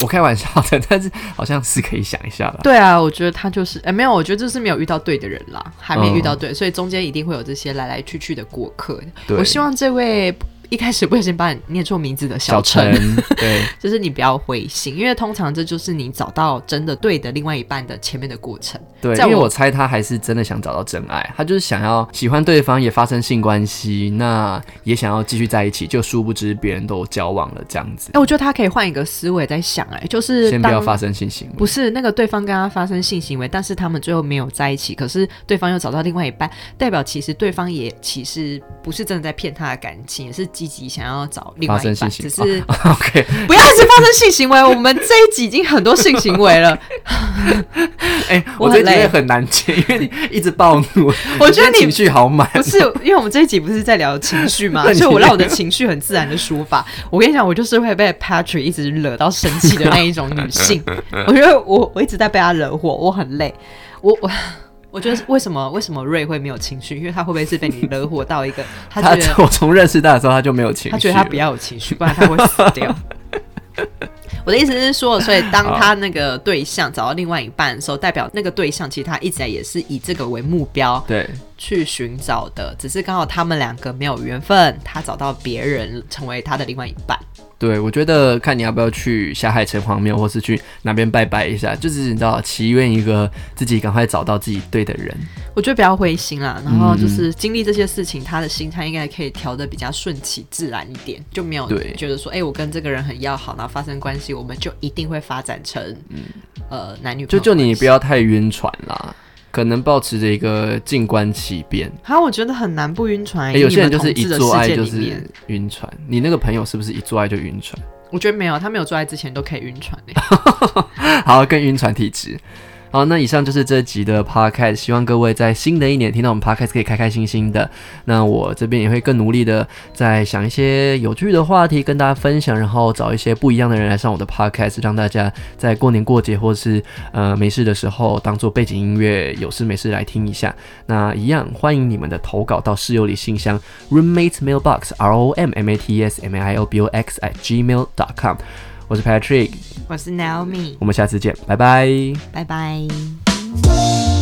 Speaker 2: 我开玩笑的，但是好像是可以想一下啦。
Speaker 1: 对啊，我觉得他就是，哎、没有，我觉得这是没有遇到对的人啦，还没
Speaker 2: 嗯
Speaker 1: 遇到对，所以中间一定会有这些来来去去的过客。
Speaker 2: 对，
Speaker 1: 我希望这位一开始不小心把你念错名字的
Speaker 2: 小
Speaker 1: 小
Speaker 2: 陈
Speaker 1: 陈，
Speaker 2: 对，
Speaker 1: 就是你不要灰心，因为通常这就是你找到真的对的另外一半的前面的过程。
Speaker 2: 对，
Speaker 1: 在
Speaker 2: 因为
Speaker 1: 我
Speaker 2: 我猜他还是真的想找到真爱，他就是想要喜欢对方，也发生性关系，那也想要继续在一起，就殊不知别人都交往了这样子
Speaker 1: 哎、，我觉得他可以换一个思维在想、哎，就是
Speaker 2: 先不
Speaker 1: 当
Speaker 2: 要发生性行为。
Speaker 1: 不是那个对方跟他发生性行为，但是他们最后没有在一起，可是对方又找到另外一半，代表其实对方也其实不是真的在骗他的感情，也是积极想要找另外
Speaker 2: 发生
Speaker 1: 一
Speaker 2: 性
Speaker 1: 半，
Speaker 2: 行
Speaker 1: 只
Speaker 2: 为
Speaker 1: 是、
Speaker 2: OK，
Speaker 1: 不要一直发生性行为。我们这一集已经很多性行为 了，
Speaker 2: 哎、
Speaker 1: 我
Speaker 2: 我
Speaker 1: 很
Speaker 2: 这觉
Speaker 1: 累
Speaker 2: 得很难接，因为你一直暴怒，
Speaker 1: 我觉得
Speaker 2: 今天
Speaker 1: 你
Speaker 2: 情绪好满。
Speaker 1: 不是，因为我们这一集不是在聊情绪嘛
Speaker 2: 那，你
Speaker 1: 所以我让我的情绪很自然的抒发。我跟你讲，我就是会被 Patrick 一直惹到生气的那一种女 性。我觉得我我一直在被他惹火，我很累。我我我觉得为什么为什么瑞会没有情绪？因为他会不会是被你惹火到一个他
Speaker 2: 他
Speaker 1: 觉得
Speaker 2: 我从认识他的时候，他就没有情绪了，
Speaker 1: 他觉得他不要有情绪，不然他会死掉。 我的意思是说，所以当
Speaker 2: 好
Speaker 1: 他那个对象找到另外一半的时候，代表那个对象其实他一直也是以这个为目标，
Speaker 2: 对，
Speaker 1: 去寻找的，只是刚好他们两个没有缘分，他找到别人成为他的另外一半。
Speaker 2: 对，我觉得看你要不要去下海城隍庙，或是去哪边拜拜一下，就是你知道，祈愿一个自己赶快找到自己对的人。
Speaker 1: 我觉得不要灰心啦，然后就是经历这些事情，他的心态应该可以调的比较顺其自然一点，就没有
Speaker 2: 对
Speaker 1: 觉得说，哎、我跟这个人很要好，然后发生关系，我们就一定会发展成、呃男女朋
Speaker 2: 就
Speaker 1: 友。
Speaker 2: 嗯就你不。要太晕船啦，可能保持着一个静观其变。
Speaker 1: 好，我觉得很难不晕船、
Speaker 2: 哎、
Speaker 1: 因为
Speaker 2: 有些人就是
Speaker 1: 你
Speaker 2: 一
Speaker 1: 们
Speaker 2: 做
Speaker 1: 同
Speaker 2: 爱
Speaker 1: 志的世
Speaker 2: 就
Speaker 1: 界里面
Speaker 2: 是晕船，你那个朋友是不是一做爱就晕船？
Speaker 1: 我觉得没有，他没有做爱之前都可以晕船欸 呢、
Speaker 2: 好，更晕船体质。好，那以上就是这集的 podcast，希望各位在新的一年听到我们 podcast 可以开开心心的。那我这边也会更努力的在想一些有趣的话题跟大家分享，然后找一些不一样的人来上我的 podcast，让大家在过年过节或是呃没事的时候当做背景音乐，有事没事来听一下。那一样欢迎你们的投稿到室友里信箱 roommates mailbox r o m m a t s m i l b o x at gmail dot com。我是 Patrick，
Speaker 1: 我是 Naomi，
Speaker 2: 我们下次见，拜拜。
Speaker 1: 拜拜。